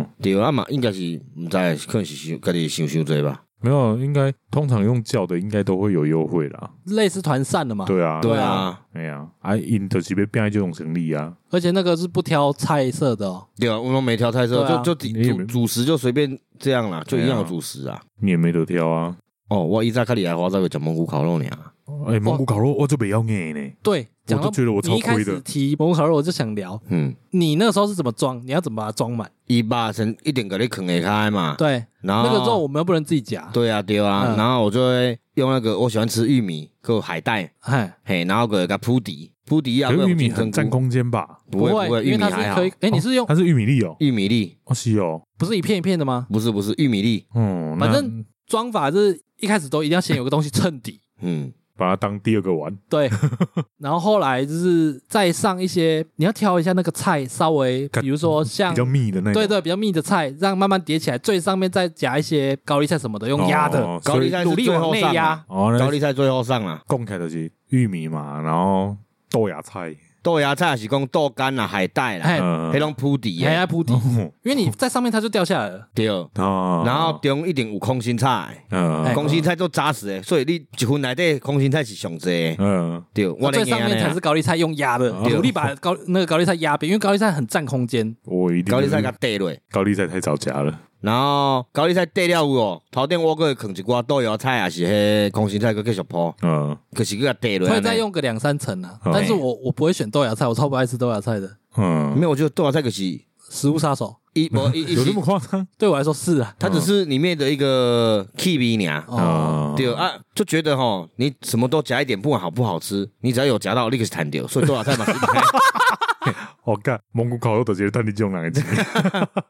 Speaker 3: 哦。
Speaker 2: 对啊嘛，应该是毋知，可能是想家己想想济吧。
Speaker 3: 没有，应该通常用叫的应该都会有优惠啦。
Speaker 1: 类似团扇的嘛，
Speaker 3: 对啊，
Speaker 2: 对
Speaker 1: 啊
Speaker 2: 啊，
Speaker 3: 哎呀，啊，因就是要变这种成立啊，
Speaker 1: 而且那个是不挑菜色的哦，
Speaker 2: 对啊，我拢没挑菜色，
Speaker 1: 对啊
Speaker 2: 就就
Speaker 3: 你也
Speaker 2: 主
Speaker 3: 没
Speaker 2: 主食就随便这样啦，就一样的主食啊。
Speaker 3: 你也没得挑啊。
Speaker 2: 哦，我以前较厉害，我早个食蒙古烤肉尔。
Speaker 3: 哎、蒙古烤肉我就不要硬呢，
Speaker 1: 对，讲
Speaker 3: 我
Speaker 1: 到
Speaker 3: 都觉得我
Speaker 1: 你
Speaker 3: 超
Speaker 1: 一开
Speaker 3: 亏
Speaker 1: 始
Speaker 3: 的。
Speaker 1: 提蒙烤肉，我就想聊
Speaker 2: 嗯，
Speaker 1: 你那时候是怎么装，你要怎么把它装满？
Speaker 2: 伊肉先一定给你啃下开嘛，
Speaker 1: 对，
Speaker 2: 然后
Speaker 1: 那个
Speaker 3: 哦
Speaker 1: 肉我们又不能自己夹，
Speaker 2: 对啊对啊，
Speaker 1: 嗯
Speaker 2: 然后我就会用那个我喜欢吃玉米，还有海带，
Speaker 1: 哎，
Speaker 2: 嘿，然后给它铺底，铺底啊，
Speaker 3: 可是玉米
Speaker 2: 不然有
Speaker 3: 很占
Speaker 2: 金针菇，
Speaker 3: 空间吧？
Speaker 2: 不会不会，
Speaker 1: 因
Speaker 2: 玉
Speaker 1: 为
Speaker 2: 米
Speaker 1: 它
Speaker 2: 还
Speaker 1: 是
Speaker 2: 好
Speaker 1: 可以，，
Speaker 3: 哦
Speaker 1: 哎，你是用
Speaker 3: 它是玉米粒哦，
Speaker 2: 玉米粒
Speaker 3: 哦是哦，
Speaker 1: 不是一片一片的吗？
Speaker 2: 不是不是玉米粒，
Speaker 3: 嗯，
Speaker 1: 反
Speaker 3: 那
Speaker 1: 正装法就是一开始都一定要先有个东西衬底，
Speaker 2: 嗯，
Speaker 3: 把它当第二个玩。
Speaker 1: 对，然后后来就是再上一些，你要挑一下那个菜，稍微
Speaker 3: 感
Speaker 1: 比如说像
Speaker 3: 比较密的那种，
Speaker 1: 对对比较密的菜，让慢慢叠起来，最上面再夹一些高丽菜什么的，用压的，
Speaker 3: 哦
Speaker 2: 高
Speaker 3: 所
Speaker 2: 丽
Speaker 3: 以
Speaker 2: 菜是
Speaker 1: 努力
Speaker 2: 最
Speaker 1: 往
Speaker 2: 后
Speaker 1: 内
Speaker 2: 上啊，
Speaker 1: 压。
Speaker 3: 哦，
Speaker 2: 高
Speaker 3: 那
Speaker 2: 丽菜最后上啊，
Speaker 3: 供起来就是玉米嘛，然后豆芽菜，
Speaker 2: 豆芽菜是讲豆干啦、海带啦，
Speaker 1: 哎，
Speaker 3: 嗯
Speaker 2: 迄，拢铺底
Speaker 1: 你还
Speaker 2: 啊，
Speaker 1: 要铺底， 因为你在上面它就掉下来了。
Speaker 2: 对，
Speaker 3: 哦
Speaker 2: 然后中一定有空心菜，
Speaker 3: 嗯
Speaker 1: 哎
Speaker 2: 空心菜都扎实诶，所以你一份内底空心菜是上济，
Speaker 3: 嗯，
Speaker 2: 对，我
Speaker 1: 最
Speaker 2: 咧
Speaker 1: 上面才是高丽菜用压的，
Speaker 3: 哦
Speaker 1: 努力把高那个高丽菜压扁，因为高丽菜很占空间。
Speaker 3: 我一定
Speaker 2: 高丽菜甲缀落。
Speaker 3: 高丽菜太早夹了。
Speaker 2: 然后高丽菜底了有哦，头顶我个放一寡豆芽菜，也是迄空心菜，佮继续铺，
Speaker 3: 嗯
Speaker 2: 可是佮底落。
Speaker 1: 会再用个两三层啊，
Speaker 3: 哦
Speaker 1: 但是我我不会选豆芽菜，我超不爱吃豆芽菜的，
Speaker 3: 嗯
Speaker 2: 没，有，我觉得豆芽菜可是
Speaker 1: 食物杀手
Speaker 2: 一无一一
Speaker 3: 有那
Speaker 2: 起
Speaker 3: 么，夸张
Speaker 1: 对我来说是啊。
Speaker 2: 它只是里面的一个 key 味尔。
Speaker 1: 哦，
Speaker 2: 对啊，就觉得吼，你什么都夹一点，不管好不好吃，你只要有夹到，立刻弹掉。所以豆芽菜嘛，
Speaker 3: 哦，干蒙古烤肉就是等你这种人来吃，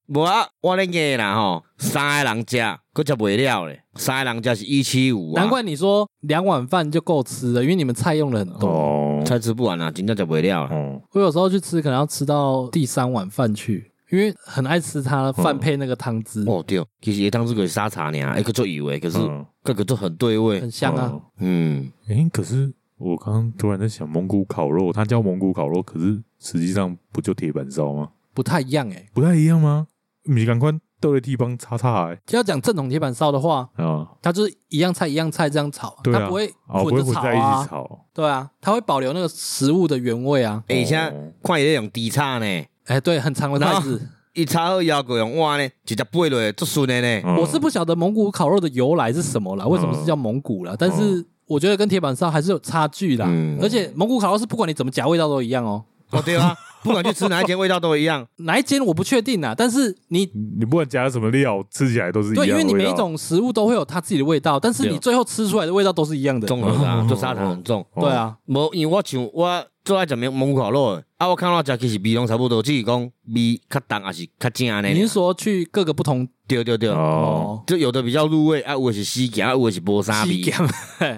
Speaker 2: 无啊，我咧硬啦吼，三个人食，佮食袂了咧，三个人食是一七五啊，
Speaker 1: 难怪你说两碗饭就够吃了，因为你们菜用了很多。
Speaker 3: 哦
Speaker 2: 菜吃不完啊，真正食袂了啦。
Speaker 3: 哦，
Speaker 1: 我有时候去吃，可能要吃到第三碗饭去，因为很爱吃它
Speaker 3: 嗯
Speaker 1: 饭配那个汤汁，
Speaker 2: 哦对，其实伊当时个沙茶尔，哎，佮做油诶，可是
Speaker 3: 嗯
Speaker 2: 这个都很对味
Speaker 1: 很。香啊。
Speaker 3: 哦
Speaker 2: 嗯，
Speaker 3: 诶，可是我刚刚突然在想，蒙古烤肉它叫蒙古烤肉，可是实际上不就铁板烧吗？
Speaker 1: 不太一样哎。
Speaker 3: 不太一样吗？你赶快豆类地方叉叉哎
Speaker 1: 要讲正统铁板烧的话，
Speaker 3: 啊，
Speaker 1: 它就是一样菜一样菜这样炒，
Speaker 3: 对啊
Speaker 1: 它不会
Speaker 3: 哦，不会
Speaker 1: 着
Speaker 3: 混
Speaker 1: 炒
Speaker 3: 在一起
Speaker 1: 啊。
Speaker 3: 炒，哦
Speaker 1: 对啊，它会保留那个食物的原味啊。
Speaker 2: 哎，现在
Speaker 3: 嗯
Speaker 2: 看伊咧用低叉呢，
Speaker 1: 哎，对，很长的
Speaker 3: 啊
Speaker 1: 筷子。
Speaker 2: 伊叉好腰过用碗呢，直接掰落来足顺的呢。
Speaker 3: 嗯
Speaker 1: 我是不晓得蒙古烤肉的由来是什么啦，为什么是叫蒙古啦？但
Speaker 3: 嗯
Speaker 1: 是我觉得跟铁板烧还是有差距啦
Speaker 2: 嗯。
Speaker 1: 而且蒙古烤肉是不管你怎么夹，味道都一样哦。
Speaker 2: 哦对 啊，不管去吃哪一间，味道都一样。
Speaker 1: 哪一间我不确定啊，但是你
Speaker 3: 你不管加了什么料，吃起来都是一样
Speaker 1: 对，
Speaker 3: 的
Speaker 1: 因为你
Speaker 3: 味
Speaker 1: 每
Speaker 3: 道
Speaker 1: 一种食物都会有它自己的味道，但是
Speaker 2: 对
Speaker 1: 你
Speaker 2: 哦
Speaker 1: 最后吃出来的味道都是一样的。
Speaker 2: 重了啊，做沙茶很重。
Speaker 3: 哦
Speaker 1: 对啊，
Speaker 2: 无，因为我像我最爱食蒙蒙古烤肉的，啊，我看到食其实味拢差不多，只是讲味较重还是较正呢
Speaker 1: 你。是说去各个不同
Speaker 2: 对对对，
Speaker 3: 哦，
Speaker 1: 哦
Speaker 2: 就有的比较入味，啊，有的是死咸，啊，有的是无啥味
Speaker 1: 西，港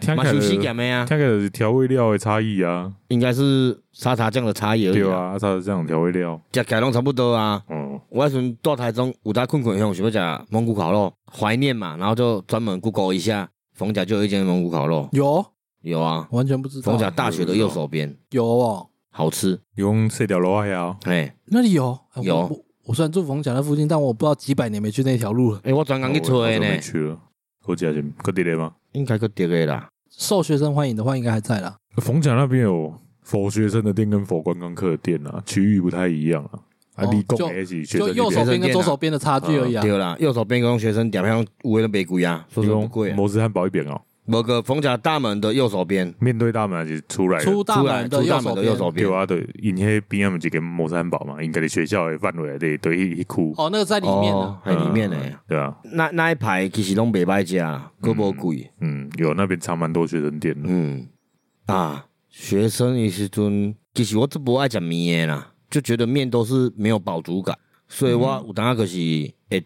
Speaker 3: 听
Speaker 2: 嘛
Speaker 3: 起来
Speaker 2: 是有死
Speaker 3: 就
Speaker 2: 咸的啊，
Speaker 3: 听起来就是调味料的差异啊，
Speaker 2: 应该是沙茶酱的差异而已。
Speaker 3: 对，啊，它是这样调味料，
Speaker 2: 食起来拢差不多啊。
Speaker 3: 嗯
Speaker 2: 我那时阵到台中，有搭困困想想要食蒙古烤肉，怀念嘛，然后就专门 Google 一下，逢甲就有一间蒙古烤肉，
Speaker 1: 有
Speaker 2: 有啊，
Speaker 1: 完全不知道
Speaker 2: 逢甲大学的右手边，
Speaker 1: 有哦，
Speaker 2: 好吃，
Speaker 3: 用这条路啊呀，
Speaker 2: 哎
Speaker 1: 那里有哎我
Speaker 2: 有
Speaker 1: 我我虽然住逢甲那附近，但我不知道几百年没去那条路了。
Speaker 2: 哎，我专
Speaker 3: 刚
Speaker 2: 刚去吹
Speaker 3: 哦没
Speaker 2: 呢，
Speaker 3: 去了，我家是搁伫咧吗？
Speaker 2: 应该去对的啦，
Speaker 1: 受学生欢迎的话，应该还在啦。
Speaker 3: 逢甲那边有佛学生的店跟佛观光客的店啊，区域不太一样啊。啊，
Speaker 1: 哦
Speaker 3: 你讲
Speaker 1: 就
Speaker 3: 的那是学生
Speaker 1: 就
Speaker 3: 那
Speaker 1: 右手边跟
Speaker 3: 边
Speaker 2: 学生店啊哦
Speaker 1: 左手边的差距而已啊。
Speaker 2: 对啦，右手边跟学生点票五元的玫瑰啊，说
Speaker 3: 你
Speaker 2: 实
Speaker 3: 讲
Speaker 2: 不贵啊，
Speaker 3: 摩斯汉堡一边哦，
Speaker 2: 某个逢甲大门的右手边，
Speaker 3: 面对大门还是出来的
Speaker 1: 出大
Speaker 2: 出来
Speaker 1: 门的
Speaker 2: 出
Speaker 1: 右
Speaker 2: 大
Speaker 1: 手
Speaker 2: 门的
Speaker 1: 边
Speaker 2: 右手边
Speaker 3: 对，啊，对，因迄边啊，就跟摩斯汉堡嘛，应该是学校的范围内对一区，
Speaker 1: 哦，那个在里面
Speaker 2: 哦
Speaker 1: 呢。
Speaker 2: 嘿里面呢，
Speaker 3: 嗯对啊，
Speaker 2: 那那一排其实拢袂歹食啦，佫无贵，
Speaker 3: 嗯，有那边藏蛮多学生店的，
Speaker 2: 嗯啊，学生的时阵，其实我真不爱食面的啦，就觉得面都是没有饱足感，所以我有当就是会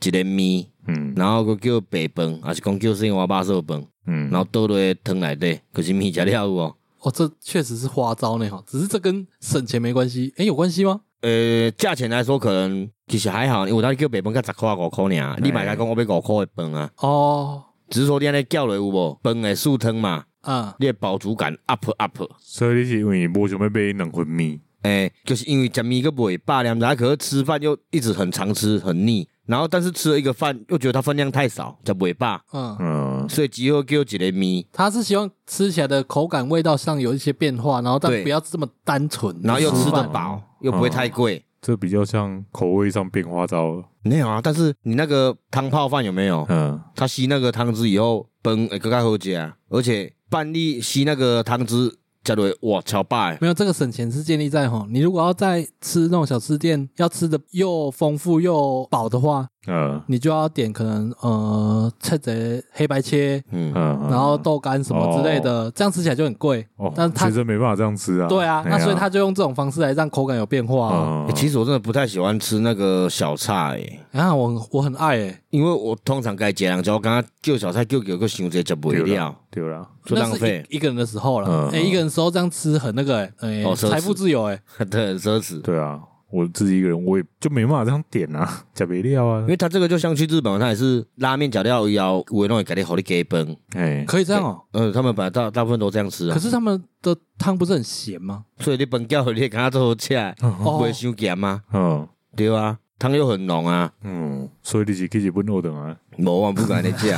Speaker 2: 食一个面，
Speaker 3: 嗯
Speaker 2: 然后佫叫白饭，还是讲叫生活肉燥饭，
Speaker 3: 嗯，
Speaker 2: 然后倒落去汤内底，可是面食了有哦。
Speaker 1: 哦，这确实是花招呢哦哈，只是这跟省钱没关系。诶，有关系吗？
Speaker 2: 呃，价钱来说可能其实还好，因为有当叫白饭才十块五块尔，你买甲讲我要五块的饭啊，
Speaker 1: 哦，
Speaker 2: 只是说你安尼叫落有无？饭的素汤嘛，
Speaker 1: 啊，
Speaker 2: 你的饱足感 up up。
Speaker 3: 所以你是因为无想要买两份面，
Speaker 2: 哎、就是因为讲米个尾巴两然后可是吃饭又一直很常吃很腻，然后但是吃了一个饭又觉得它分量太少，叫尾巴，
Speaker 1: 嗯，
Speaker 3: 嗯，
Speaker 2: 所以只好叫一个米，
Speaker 1: 他是希望吃起来的口感、味道上有一些变化，然后但
Speaker 2: 对
Speaker 1: 不要这么单纯，
Speaker 2: 然后又吃
Speaker 1: 吃
Speaker 2: 得
Speaker 1: 饭
Speaker 2: 饱，又不会太贵。
Speaker 3: 这比较像口味上变花招，
Speaker 2: 没有啊，但是你那个汤泡饭有没有？
Speaker 3: 嗯，
Speaker 2: 它吸那个汤汁以后，崩会更加好吃啊，而且半粒吸那个汤汁，加落哇超欸棒的。
Speaker 1: 没有这个省钱是建立在哈，你如果要在吃那种小吃店，要吃的又丰富又饱的话，
Speaker 3: 嗯
Speaker 1: 你就要点可能呃菜贼黑白切，
Speaker 2: 嗯，
Speaker 3: 嗯，
Speaker 1: 然后豆干什么之类的，这样吃起来就很贵。
Speaker 3: 哦，
Speaker 1: 但是他
Speaker 3: 学生没办法这样吃啊，
Speaker 1: 对啊，
Speaker 3: 哎
Speaker 1: 那
Speaker 3: 呀
Speaker 1: 所以他就用这种方式来让口感有变化啊。
Speaker 3: 嗯
Speaker 2: 欸其实我真的不太喜欢吃那个小菜、欸，
Speaker 1: 啊，我很我很爱欸诶、
Speaker 2: 因为我通常该吃人家，我刚刚叫小菜叫叫个想者吃不
Speaker 3: 对
Speaker 2: 了。
Speaker 3: 啦对啊啦，
Speaker 2: 就
Speaker 1: 那
Speaker 2: 浪
Speaker 1: 是
Speaker 2: 费
Speaker 1: 一一个人的时候了。
Speaker 3: 嗯
Speaker 1: 哎、一个人的时候这样吃很那个诶、哎、
Speaker 2: 哦奢侈
Speaker 1: 财富自由诶、
Speaker 2: 对，很奢侈。
Speaker 3: 对啊，我自己一个人我也就没办法这样点啊， 吃不了啊
Speaker 2: 因，为它这个就像去日本，它也是拉面假料腰，有的弄会给你好你给崩。
Speaker 3: 哎，
Speaker 1: 可以这样哦、
Speaker 2: 嗯，他们本来大大部分都这样吃啊
Speaker 1: 可，是他们的汤不是很咸吗？
Speaker 2: 所以你本饺 你也跟它做好吃，
Speaker 1: 哦
Speaker 2: 不会伤咸啊，
Speaker 3: 嗯
Speaker 2: 对啊，汤又很浓啊，
Speaker 3: 嗯，所以你是去日本学堂啊，
Speaker 2: 无啊不敢你吃。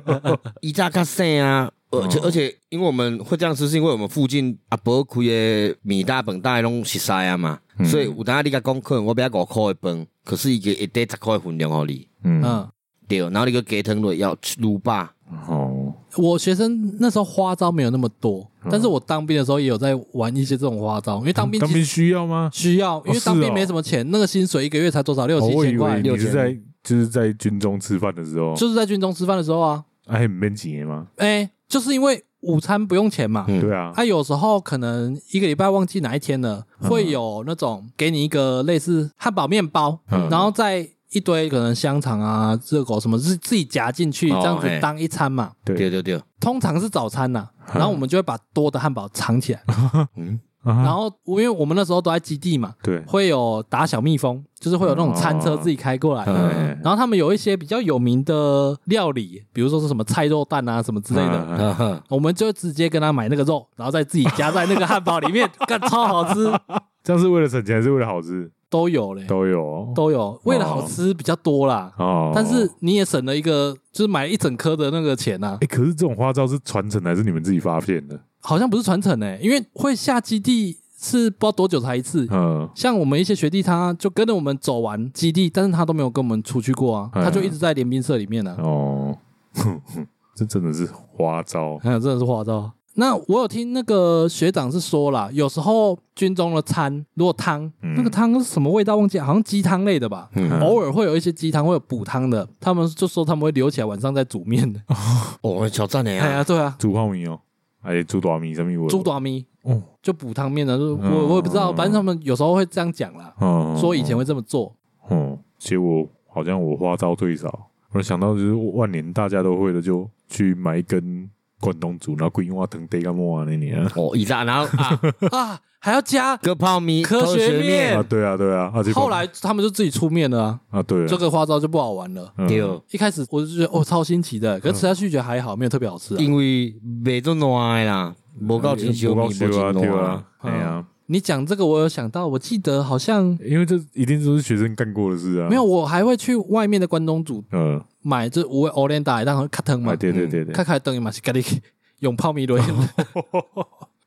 Speaker 2: 伊扎较省啊，而且
Speaker 3: 哦
Speaker 2: 而且因为我们会这样吃，是因为我们附近阿伯开的米大本大拢熟悉啊嘛，
Speaker 3: 嗯
Speaker 2: 所以有当你甲讲可能我要五块的饭，可是伊个一袋十块的分量互你，
Speaker 3: 嗯，
Speaker 1: 嗯，
Speaker 2: 对，然后你个鸡汤落要卤吧。
Speaker 3: 哦，
Speaker 1: 我学生那时候花招没有那么多，
Speaker 3: 嗯
Speaker 1: 但是我当兵的时候也有在玩一些这种花招，因为当兵
Speaker 3: 当
Speaker 1: 其
Speaker 3: 兵
Speaker 1: 实
Speaker 3: 需要吗？
Speaker 1: 需要，因为当
Speaker 3: 是
Speaker 1: 兵
Speaker 3: 哦
Speaker 1: 没什么钱，那个薪水一个月才多少六
Speaker 3: 哦
Speaker 1: 七
Speaker 3: 我以
Speaker 1: 千块
Speaker 3: 为，你
Speaker 2: 六
Speaker 3: 是
Speaker 2: 千
Speaker 3: 在就是在军中吃饭的时候，
Speaker 1: 就是在军中吃饭的时候啊，
Speaker 3: 哎，很免钱吗？
Speaker 1: 哎、就是因为午餐不用钱嘛。
Speaker 2: 嗯
Speaker 3: 对啊，
Speaker 1: 啊，有时候可能一个礼拜忘记哪一天了，
Speaker 3: 嗯
Speaker 1: 会有那种给你一个类似汉堡面包，
Speaker 3: 嗯
Speaker 1: 然后再一堆可能香肠啊、热狗什么，自自己夹进去
Speaker 2: 哦
Speaker 1: 这样子
Speaker 2: 嘿
Speaker 1: 当一餐嘛。
Speaker 2: 对
Speaker 3: 对，
Speaker 2: 对对，
Speaker 1: 通常是早餐呐、
Speaker 3: 嗯
Speaker 1: 然后我们就会把多的汉堡藏起来，
Speaker 2: 嗯，
Speaker 3: 然
Speaker 1: 然后因为我们那时候都在基地嘛，
Speaker 3: 啊对，
Speaker 1: 会有打小蜜蜂，就是会有那种餐车
Speaker 3: 哦
Speaker 1: 自己开过来，
Speaker 2: 嗯
Speaker 3: 哎
Speaker 1: 然后他们有一些比较有名的料理，比如说是什么菜肉蛋啊什么之类的，
Speaker 3: 嗯嗯
Speaker 2: 哈哈
Speaker 1: 我们就直接跟他买那个肉，然后再自己夹在那个汉堡里 面，干超好吃，
Speaker 3: 这样是为了省钱还是为了好吃？
Speaker 1: 都有嘞，
Speaker 3: 都有哦
Speaker 1: 都有，为了好吃比较多啦，
Speaker 3: 哦，
Speaker 1: 但是你也省了一个，就是买一整颗的那个钱呐、
Speaker 3: 哎，可是这种花招是传承的还是你们自己发现的？
Speaker 1: 好像不是传承诶、因为会下基地是不知道多久才一次。
Speaker 3: 嗯，
Speaker 1: 像我们一些学弟，他就跟着我们走完基地，但是他都没有跟我们出去过啊，
Speaker 3: 嗯
Speaker 1: 他就一直在联兵社里面呢、啊。
Speaker 3: 哦，这真的是花招，
Speaker 1: 哎呀，真的是花招。那我有听那个学长是说啦，有时候军中的餐如果汤，
Speaker 3: 嗯
Speaker 1: 那个汤是什么味道忘记了，好像鸡汤类的吧。
Speaker 2: 嗯
Speaker 1: 偶尔会有一些鸡汤会有补汤的，他们就说他们会留起来晚上再煮面的。
Speaker 2: 哦，挑战你
Speaker 1: 哎呀，
Speaker 2: 啊！
Speaker 1: 对啊，
Speaker 3: 煮泡面哦，哎，煮大米什么味？
Speaker 1: 猪短咪
Speaker 3: 哦，
Speaker 1: 就补汤面的，就是
Speaker 3: 嗯
Speaker 1: 我我也不知道，反正他们有时候会这样讲啦，
Speaker 3: 嗯，
Speaker 1: 说以前
Speaker 3: 嗯，
Speaker 1: 会这么做。
Speaker 3: 嗯，结果好像我花招最少，我想到就是万年大家都会的，就去买一根关东煮，然后规划腾地干嘛那年啊？
Speaker 2: 哦，以前然后啊，
Speaker 1: 啊，还要加。
Speaker 2: 割泡米、
Speaker 1: 科学
Speaker 2: 学
Speaker 1: 面
Speaker 3: 啊，对啊，对啊，啊，结果
Speaker 1: 后来他们就自己出面了啊，
Speaker 3: 啊，对啊，
Speaker 1: 这个花招就不好玩了。
Speaker 3: 嗯
Speaker 2: 对，
Speaker 1: 一开始我就觉得哦超新奇的，
Speaker 2: 嗯
Speaker 1: 可是吃下去觉得还好，没有特别好吃啊。
Speaker 2: 因为袂做烂的啦，无够真烧
Speaker 3: 不
Speaker 2: 面，
Speaker 3: 够
Speaker 2: 无
Speaker 3: 烧啊，
Speaker 2: 真
Speaker 3: 对
Speaker 2: 烂
Speaker 3: 啊。，哎呀，
Speaker 1: 你讲这个，我有想到，我记得好
Speaker 2: 嗯
Speaker 1: 像
Speaker 3: 因为这一定都是学生干过的事啊，
Speaker 1: 嗯没有，，我还会去外面的关东煮
Speaker 3: 嗯，
Speaker 1: 买这五位欧连达，然后卡腾嘛
Speaker 3: 啊，，对对对对
Speaker 1: 卡，卡腾嘛是咖喱用泡 米轮，
Speaker 2: 哦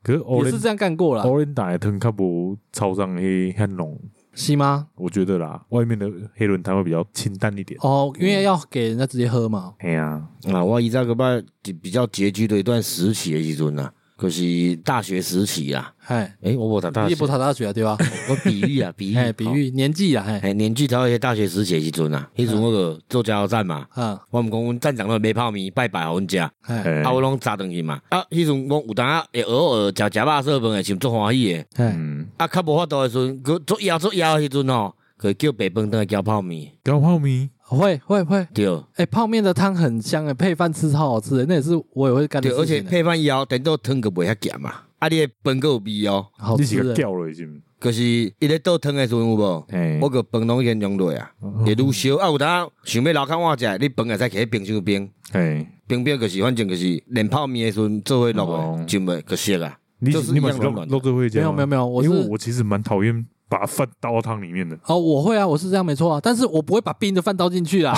Speaker 3: 可是
Speaker 1: 也
Speaker 3: Olen
Speaker 1: 是这样干过啦，
Speaker 3: Olen 打的汤较无超上黑很浓，
Speaker 1: 是吗？
Speaker 3: 我觉得啦，外面的黑轮汤会比较清淡一点。
Speaker 1: 哦，因为要给人家直接喝嘛。
Speaker 3: 哎呀，
Speaker 2: 啊，我以前个摆比较拮据的一段时期的时阵啊，就是大学时期啊。
Speaker 1: 哎，
Speaker 2: 诶，我无读大
Speaker 1: 你也
Speaker 2: 学，
Speaker 1: 不读大学啊对 吧？
Speaker 2: 我比喻啊，比喻，
Speaker 1: 哎，比喻年纪啦，哎，
Speaker 2: 哎，年纪头些大学时期的时阵啊，迄阵我个做加油站嘛，
Speaker 1: 啊，
Speaker 2: 我们讲阮站长都买泡面，拜拜互阮食，啊，
Speaker 1: 哎，
Speaker 3: 哎，
Speaker 2: 我拢炸顿去嘛。啊，迄阵我有当啊会偶尔食食肉色饭的时阵足欢喜的，
Speaker 1: 哎，
Speaker 3: 嗯，
Speaker 2: 啊，较无法度的时阵，佮做枵做枵的时阵吼，佮叫白饭当来交泡面，
Speaker 3: 高泡米，
Speaker 1: 会会会，
Speaker 2: 对
Speaker 1: 哎，泡面的汤很香哎，配饭吃超好吃的，那也是我也会干的
Speaker 2: 对，而
Speaker 1: 事
Speaker 2: 且
Speaker 1: 情欸，
Speaker 2: 配饭以后，等到汤佮袂遐咸嘛，啊，你的饭佮有味哦，
Speaker 1: 好
Speaker 3: 你是
Speaker 1: 吃
Speaker 3: 个
Speaker 1: 的。
Speaker 3: 掉了已经。
Speaker 2: 就是伊咧倒汤的时阵有无？
Speaker 1: 嗯
Speaker 3: 哎，
Speaker 2: 我个饭拢先用落啊，
Speaker 1: 哦
Speaker 2: 会愈烧啊，有当想要留较晏食，你饭会使摕去冰箱冰。
Speaker 3: 哎，
Speaker 2: 冰冰就是反正就是连泡面的时阵做伙落
Speaker 3: 哦
Speaker 2: 的，就袂可惜啊。
Speaker 3: 你
Speaker 2: 就是
Speaker 3: 你
Speaker 2: 一
Speaker 3: 买
Speaker 2: 样
Speaker 3: 肉
Speaker 2: 软软的
Speaker 3: 肉桂会加
Speaker 1: 没有
Speaker 3: 吗？
Speaker 1: 没有没有，我是
Speaker 3: 因为我其实蛮讨厌把饭倒到汤里面的。
Speaker 1: 哦，我会啊，我是这样没错啊，但是我不会把冰的饭倒进 去啦。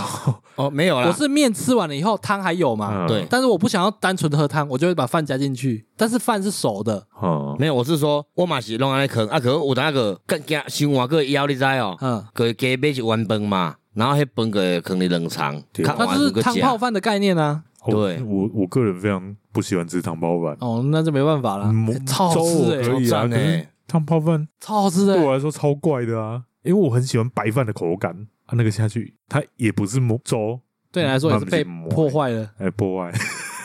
Speaker 2: 哦，没有啦，
Speaker 1: 我是面吃完了以后汤还有嘛，
Speaker 3: 嗯
Speaker 2: 对，
Speaker 1: 但是我不想要单纯喝汤，我就会把饭加进去，但是饭是熟的，
Speaker 3: 哦，
Speaker 2: 没有，我是说我嘛是弄安尼坑啊，可有当个更加想换个枵你知哦，
Speaker 1: 嗯，
Speaker 2: 个加买一碗饭嘛，然后迄饭个坑里冷藏，
Speaker 3: 对
Speaker 2: 较
Speaker 1: 那就是汤泡饭的概念啊。
Speaker 3: 哦
Speaker 2: 对
Speaker 3: 我我个人非常不喜欢吃汤包饭，
Speaker 1: 哦，那就没办法啦，
Speaker 3: 嗯
Speaker 1: 欸超好
Speaker 3: 粥我
Speaker 1: 吃哎、
Speaker 3: 可以啊，
Speaker 2: 超赞
Speaker 3: 可是
Speaker 2: 欸
Speaker 3: 汤泡饭
Speaker 1: 超好吃的、
Speaker 3: 对
Speaker 1: 欸，
Speaker 3: 我来说超怪的啊，因为我很喜欢白饭的口感啊，那个下去它也不是馍粥，
Speaker 1: 对你来说也是被
Speaker 3: 慢慢去磨
Speaker 1: 破坏了。
Speaker 3: 哎，破坏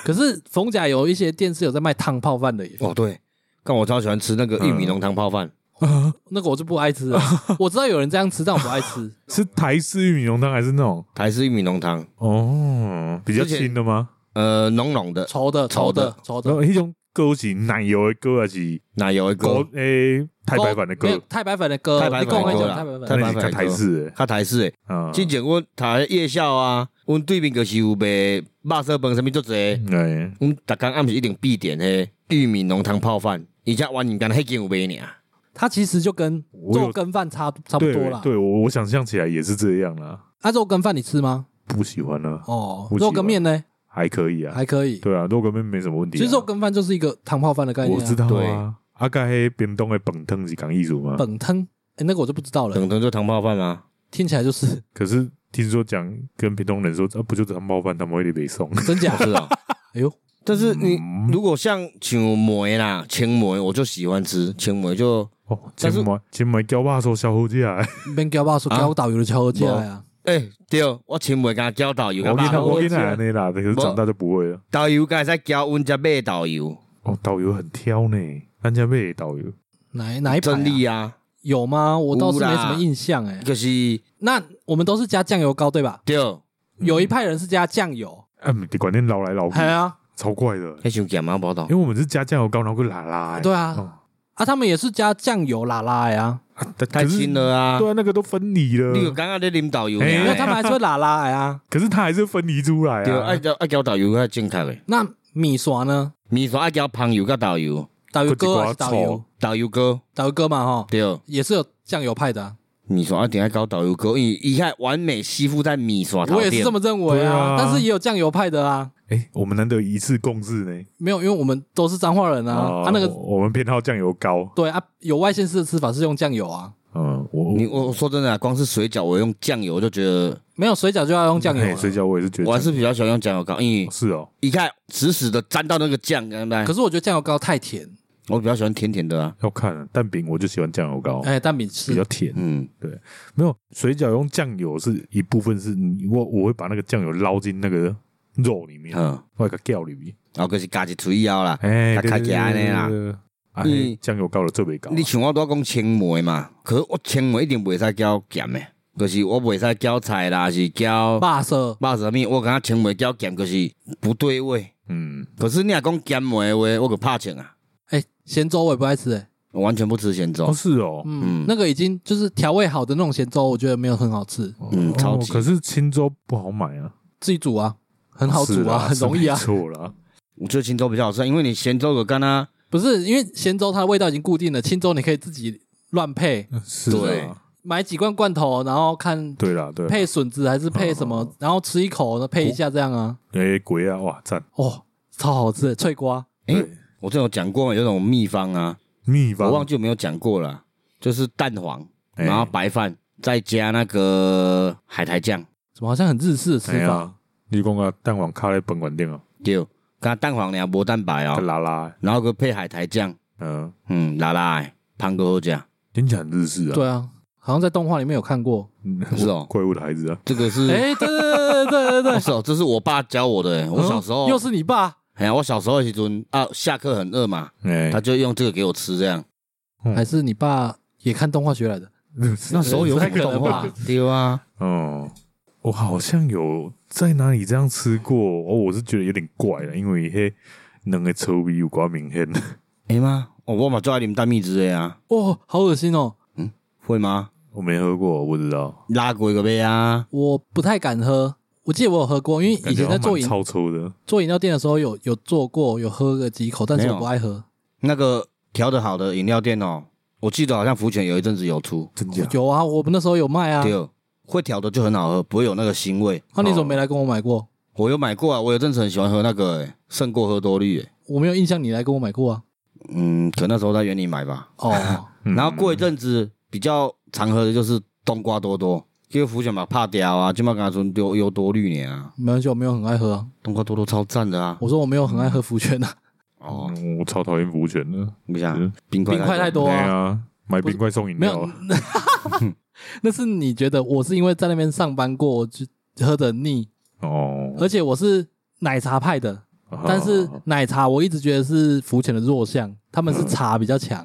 Speaker 1: 可是逢甲有一些店是有在卖汤泡饭的耶，
Speaker 2: 哦对，但我超喜欢吃那个玉米浓汤泡
Speaker 1: 嗯
Speaker 2: 饭，
Speaker 1: 那个我就不爱 吃了。我知道有人这样吃，但我不爱吃。
Speaker 3: 是台式玉米浓汤还是那种
Speaker 2: 台式玉米浓汤，
Speaker 3: 哦比较
Speaker 2: 而且
Speaker 3: 轻的吗？
Speaker 2: 呃，浓浓的
Speaker 1: 稠的，稠
Speaker 2: 稠的
Speaker 1: 的，稠
Speaker 3: 然
Speaker 1: 的
Speaker 3: 后。一种歌是奶油的歌还是
Speaker 2: 奶油一
Speaker 3: 狗
Speaker 2: 个，
Speaker 3: 诶 太白饭的
Speaker 1: 没有
Speaker 3: 歌，
Speaker 1: 太白粉的歌，
Speaker 2: 太白
Speaker 1: 你
Speaker 2: 粉的
Speaker 1: 跟我
Speaker 2: 歌
Speaker 1: 讲
Speaker 2: 啦
Speaker 1: 太白粉
Speaker 2: 太
Speaker 1: 的
Speaker 2: 白
Speaker 3: 那
Speaker 2: 粉
Speaker 3: 是较台式
Speaker 2: 较台式诶。
Speaker 3: 的啊，
Speaker 2: 之前阮读的夜校啊，阮对面就是有卖肉色饭，啥物足侪。
Speaker 3: 哎
Speaker 2: 阮逐工暗时一定必点迄玉米浓汤泡饭，而且完全干迄间有卖尔。
Speaker 1: 它其实就跟
Speaker 3: 我有
Speaker 1: 肉羹饭差差不
Speaker 3: 对
Speaker 1: 多啦。
Speaker 3: 对我我想象起来也是这样啦，
Speaker 1: 啊，肉羹饭你吃吗？
Speaker 3: 不喜欢啊，
Speaker 1: 哦，
Speaker 3: 不喜
Speaker 1: 肉
Speaker 3: 欢
Speaker 1: 羹面呢
Speaker 3: 还可以啊，
Speaker 1: 还可以。
Speaker 3: 对啊，肉羹面没什么问题啊，
Speaker 1: 其实肉羹饭就是一个汤泡饭的概念、
Speaker 3: 我
Speaker 1: 啊，
Speaker 3: 知道
Speaker 2: 对
Speaker 3: 啊，啊，甲迄冰冻的本汤是讲艺术吗？
Speaker 1: 本汤，哎、那个我就不知道了，
Speaker 2: 等等做汤泡饭啊 吗？。
Speaker 1: 听起来就是
Speaker 3: 可是听说讲跟屏东人说，啊，不就是汤包饭，他们会被送。
Speaker 1: 真假
Speaker 2: 是啊、
Speaker 1: 哎呦，
Speaker 2: 但是你
Speaker 3: 嗯
Speaker 2: 如果像像梅啦、青梅，我就喜欢吃青梅就，
Speaker 3: 哦，
Speaker 2: 但
Speaker 3: 前
Speaker 2: 是
Speaker 3: 买前买叫爸说小伙计啊，哦
Speaker 1: 免交爸说
Speaker 2: 啊
Speaker 1: 交导游的超起来啊，
Speaker 2: 哎、对，我青梅敢浇豆油，
Speaker 3: 我跟他我跟他
Speaker 2: 豆
Speaker 3: 那啦，可是长大就不会了。
Speaker 2: 豆油敢使浇阮才买豆油，
Speaker 3: 哦，导游很挑呢，咱家妹导游
Speaker 1: 哪哪一排、啊、
Speaker 2: 真厉啊！
Speaker 1: 有吗？我倒是没
Speaker 2: 有啦
Speaker 1: 什么印象哎、
Speaker 2: 就是
Speaker 1: 那我们都是加酱油膏对吧？
Speaker 2: 对，
Speaker 3: 嗯
Speaker 1: 有一派人是加酱油，
Speaker 3: 啊，你管念捞来捞去
Speaker 1: 哎，啊
Speaker 3: 超怪的。
Speaker 2: 迄想咸啊，无豆
Speaker 3: 因为。我们是加酱油膏，然后会拉拉。
Speaker 1: 对
Speaker 3: 啊，
Speaker 1: 啊
Speaker 3: 哦
Speaker 1: 啊，他们也是加酱油啦啦啊呀，
Speaker 3: 但
Speaker 2: 太
Speaker 3: 可是
Speaker 2: 轻了啊！
Speaker 3: 对啊，那个都分离
Speaker 2: 你有
Speaker 3: 了，
Speaker 2: 感觉在啉豆油
Speaker 3: 哎
Speaker 1: 因为
Speaker 2: 尔
Speaker 1: 他们还是会啦啦啊呀。
Speaker 3: 可是它还是分离出来
Speaker 2: 对，哎爱
Speaker 3: 啊。
Speaker 2: 浇爱浇豆油较正确诶。
Speaker 1: 那米刷呢？
Speaker 2: 米线爱浇香油甲豆油，
Speaker 1: 导游哥还是
Speaker 3: 各一挂
Speaker 1: 导游
Speaker 3: 醋？
Speaker 2: 豆油膏
Speaker 1: 导游哥嘛哈，
Speaker 2: 对。
Speaker 1: 也是有酱油派的、啊，
Speaker 2: 米线一定要搞导游膏，因为伊遐完美吸附在米线头
Speaker 1: 我也是这么认为
Speaker 3: 对
Speaker 1: 啊
Speaker 3: 啊
Speaker 1: 但是也有酱油派的啊。
Speaker 3: 哎，我们难得一次共事呢。
Speaker 1: 没有，因为我们都是彰化人啊，
Speaker 3: 哦
Speaker 1: 啊那个
Speaker 3: 我我们偏好酱油膏。
Speaker 1: 对啊，有外县市的吃法是用酱油啊，
Speaker 3: 嗯，我
Speaker 2: 你我我说真的啊，光是水饺，我用酱油就觉得，
Speaker 1: 没有水饺就要用酱油啊
Speaker 3: 哎
Speaker 1: 了。
Speaker 3: 水饺我也是觉得
Speaker 2: 我还
Speaker 3: 酱
Speaker 2: 是比较喜欢用酱油膏，因为
Speaker 3: 油是哦，
Speaker 2: 伊遐死死的沾到那个酱，对不对
Speaker 1: 可？是我觉得酱油膏太甜，
Speaker 2: 我比较喜欢甜甜的啊。
Speaker 3: 要看蛋饼，我就喜欢酱油膏，
Speaker 1: 哎，蛋饼
Speaker 3: 哦比较
Speaker 1: 是
Speaker 3: 甜。
Speaker 2: 嗯，
Speaker 3: 没有水饺用酱油是一部分，是你我我会把那个酱油捞进那个肉里面，
Speaker 2: 嗯，
Speaker 3: 或者料里面。
Speaker 2: 然后啊就是加一嘴腰啦。
Speaker 3: 哎，
Speaker 2: 较
Speaker 3: 对对
Speaker 2: 较夹
Speaker 3: 对
Speaker 2: 的啦
Speaker 3: 对对对哎
Speaker 2: 啊你，
Speaker 3: 酱油膏的最袂高啊。
Speaker 2: 你像我拄讲青梅嘛，可是我青梅一定袂使搅咸的，就是我袂使搅菜啦，是搅
Speaker 1: 霸色
Speaker 2: 肉啥物，我感觉青梅搅咸就是不对味。
Speaker 3: 嗯，
Speaker 2: 可是你若讲咸糜的话，我可怕请啊，
Speaker 1: 哎、咸粥我也不爱吃、哎，
Speaker 2: 我完全不吃咸粥
Speaker 3: 哦，是哦，
Speaker 1: 嗯
Speaker 2: 嗯，
Speaker 1: 那个已经就是调味好的那种咸粥，我觉得没有很好吃，
Speaker 2: 嗯
Speaker 3: 哦
Speaker 2: 超级
Speaker 3: 可是青州不好买啊，
Speaker 1: 自己煮啊，很好
Speaker 3: 是
Speaker 1: 煮
Speaker 3: 啦
Speaker 1: 啊，很容易啊
Speaker 3: 是。没错啦，
Speaker 2: 我觉得青州比较好吃，啊因为你咸粥有干啊，
Speaker 1: 不是因为咸粥它的味道已经固定了，青州你可以自己乱配，
Speaker 3: 嗯是
Speaker 2: 对
Speaker 3: 啦，
Speaker 1: 买几罐罐头，然后看
Speaker 3: 对啦，对啦，
Speaker 1: 配笋子还是配什么，然后吃一口配一下这样啊，
Speaker 3: 哎，鬼啊，哇，赞，
Speaker 1: 哦，超好吃的脆瓜，
Speaker 2: 哎、
Speaker 3: 对
Speaker 2: 我这有讲过有那种秘方啊，
Speaker 3: 秘方，
Speaker 2: 我忘记有没有讲过了，就是蛋黄，
Speaker 3: 哎
Speaker 2: 然后白饭，再加那个海苔酱，
Speaker 1: 怎么好像很日式的吃
Speaker 3: 哎
Speaker 1: 法？
Speaker 3: 呀，你讲啊，蛋黄咖喱本馆店哦，
Speaker 2: 对，加蛋黄俩无蛋白
Speaker 3: 啊
Speaker 2: 哦，
Speaker 3: 拉拉的，
Speaker 2: 然后佮配海苔酱，
Speaker 3: 嗯，
Speaker 2: 嗯，辣辣的，胖哥好食。
Speaker 3: 听起来很日式 啊，
Speaker 1: 对啊，好像在动画里面有看过。
Speaker 3: 嗯
Speaker 2: 是哦
Speaker 3: 怪物的孩子啊，
Speaker 2: 这个是，
Speaker 1: 哎、对对对对对对对
Speaker 2: 不，是哦，这是我爸教我的欸。 我小时候
Speaker 1: 嗯，又是你爸，
Speaker 2: 哎呀，我小时候的时阵啊，下课很饿嘛，
Speaker 3: 哎
Speaker 2: 他，就用这个给我吃，这样。
Speaker 3: 嗯
Speaker 1: 还是你爸也看动画学来的？
Speaker 2: 那时候有
Speaker 1: 太
Speaker 2: 什
Speaker 1: 可
Speaker 2: 么
Speaker 1: 能
Speaker 2: 动画
Speaker 1: 吧？
Speaker 2: 对啊，
Speaker 3: 哦，我好像有在哪里这样吃过，哦，我是觉得有点怪了，因为嘿，两个臭味有寡明显。
Speaker 2: 哎妈，哦我嘛最爱啉蛋蜜汁的啊，
Speaker 1: 哦，好恶心哦！
Speaker 2: 会吗？
Speaker 3: 我没喝过，我不知道。
Speaker 2: 拉过一个杯啊，
Speaker 1: 我不太敢喝，我记得我有喝过，因为以前在做
Speaker 3: 感觉好像蛮
Speaker 1: 饮
Speaker 3: 超抽的，
Speaker 1: 做饮料店的时候有有做过，有喝个几口，但是
Speaker 2: 没有
Speaker 1: 我不爱喝。
Speaker 2: 那个调的好的饮料店哦，我记得好像福泉有一阵子有出，
Speaker 3: 真假？
Speaker 1: 有啊，我们那时候有卖啊。
Speaker 2: 对，会调的就很好喝，不会有那个腥味。
Speaker 1: 那、你怎么
Speaker 3: 哦
Speaker 1: 没来跟我买过？
Speaker 2: 我有买过啊，我有阵子很喜欢喝那个欸胜过喝多绿欸，
Speaker 1: 我没有印象你来跟我买过啊。
Speaker 2: 嗯，可那时候在园里买吧。
Speaker 1: 哦，
Speaker 3: 嗯
Speaker 2: 然后过一阵子比较常喝的就是冬瓜多多，因为福泉嘛怕掉啊，今麦刚从丢又多绿呢啊，
Speaker 1: 没关系，我没有很爱喝、啊。
Speaker 2: 冬瓜多多超赞的啊。
Speaker 1: 我说我没有很爱喝福泉啊，
Speaker 2: 哦，
Speaker 3: 嗯我超讨厌福泉的。
Speaker 2: 不想
Speaker 3: 嗯
Speaker 2: 冰块
Speaker 1: 冰块太多
Speaker 3: 对
Speaker 1: 啊。
Speaker 3: 啊，买冰块送饮料啊，
Speaker 1: 那是你觉得我是因为在那边上班过，我就喝的腻，
Speaker 3: 哦。
Speaker 1: 而且我是奶茶派的，
Speaker 3: 啊
Speaker 1: 但是奶茶我一直觉得是福泉的弱项，他们是茶比较强，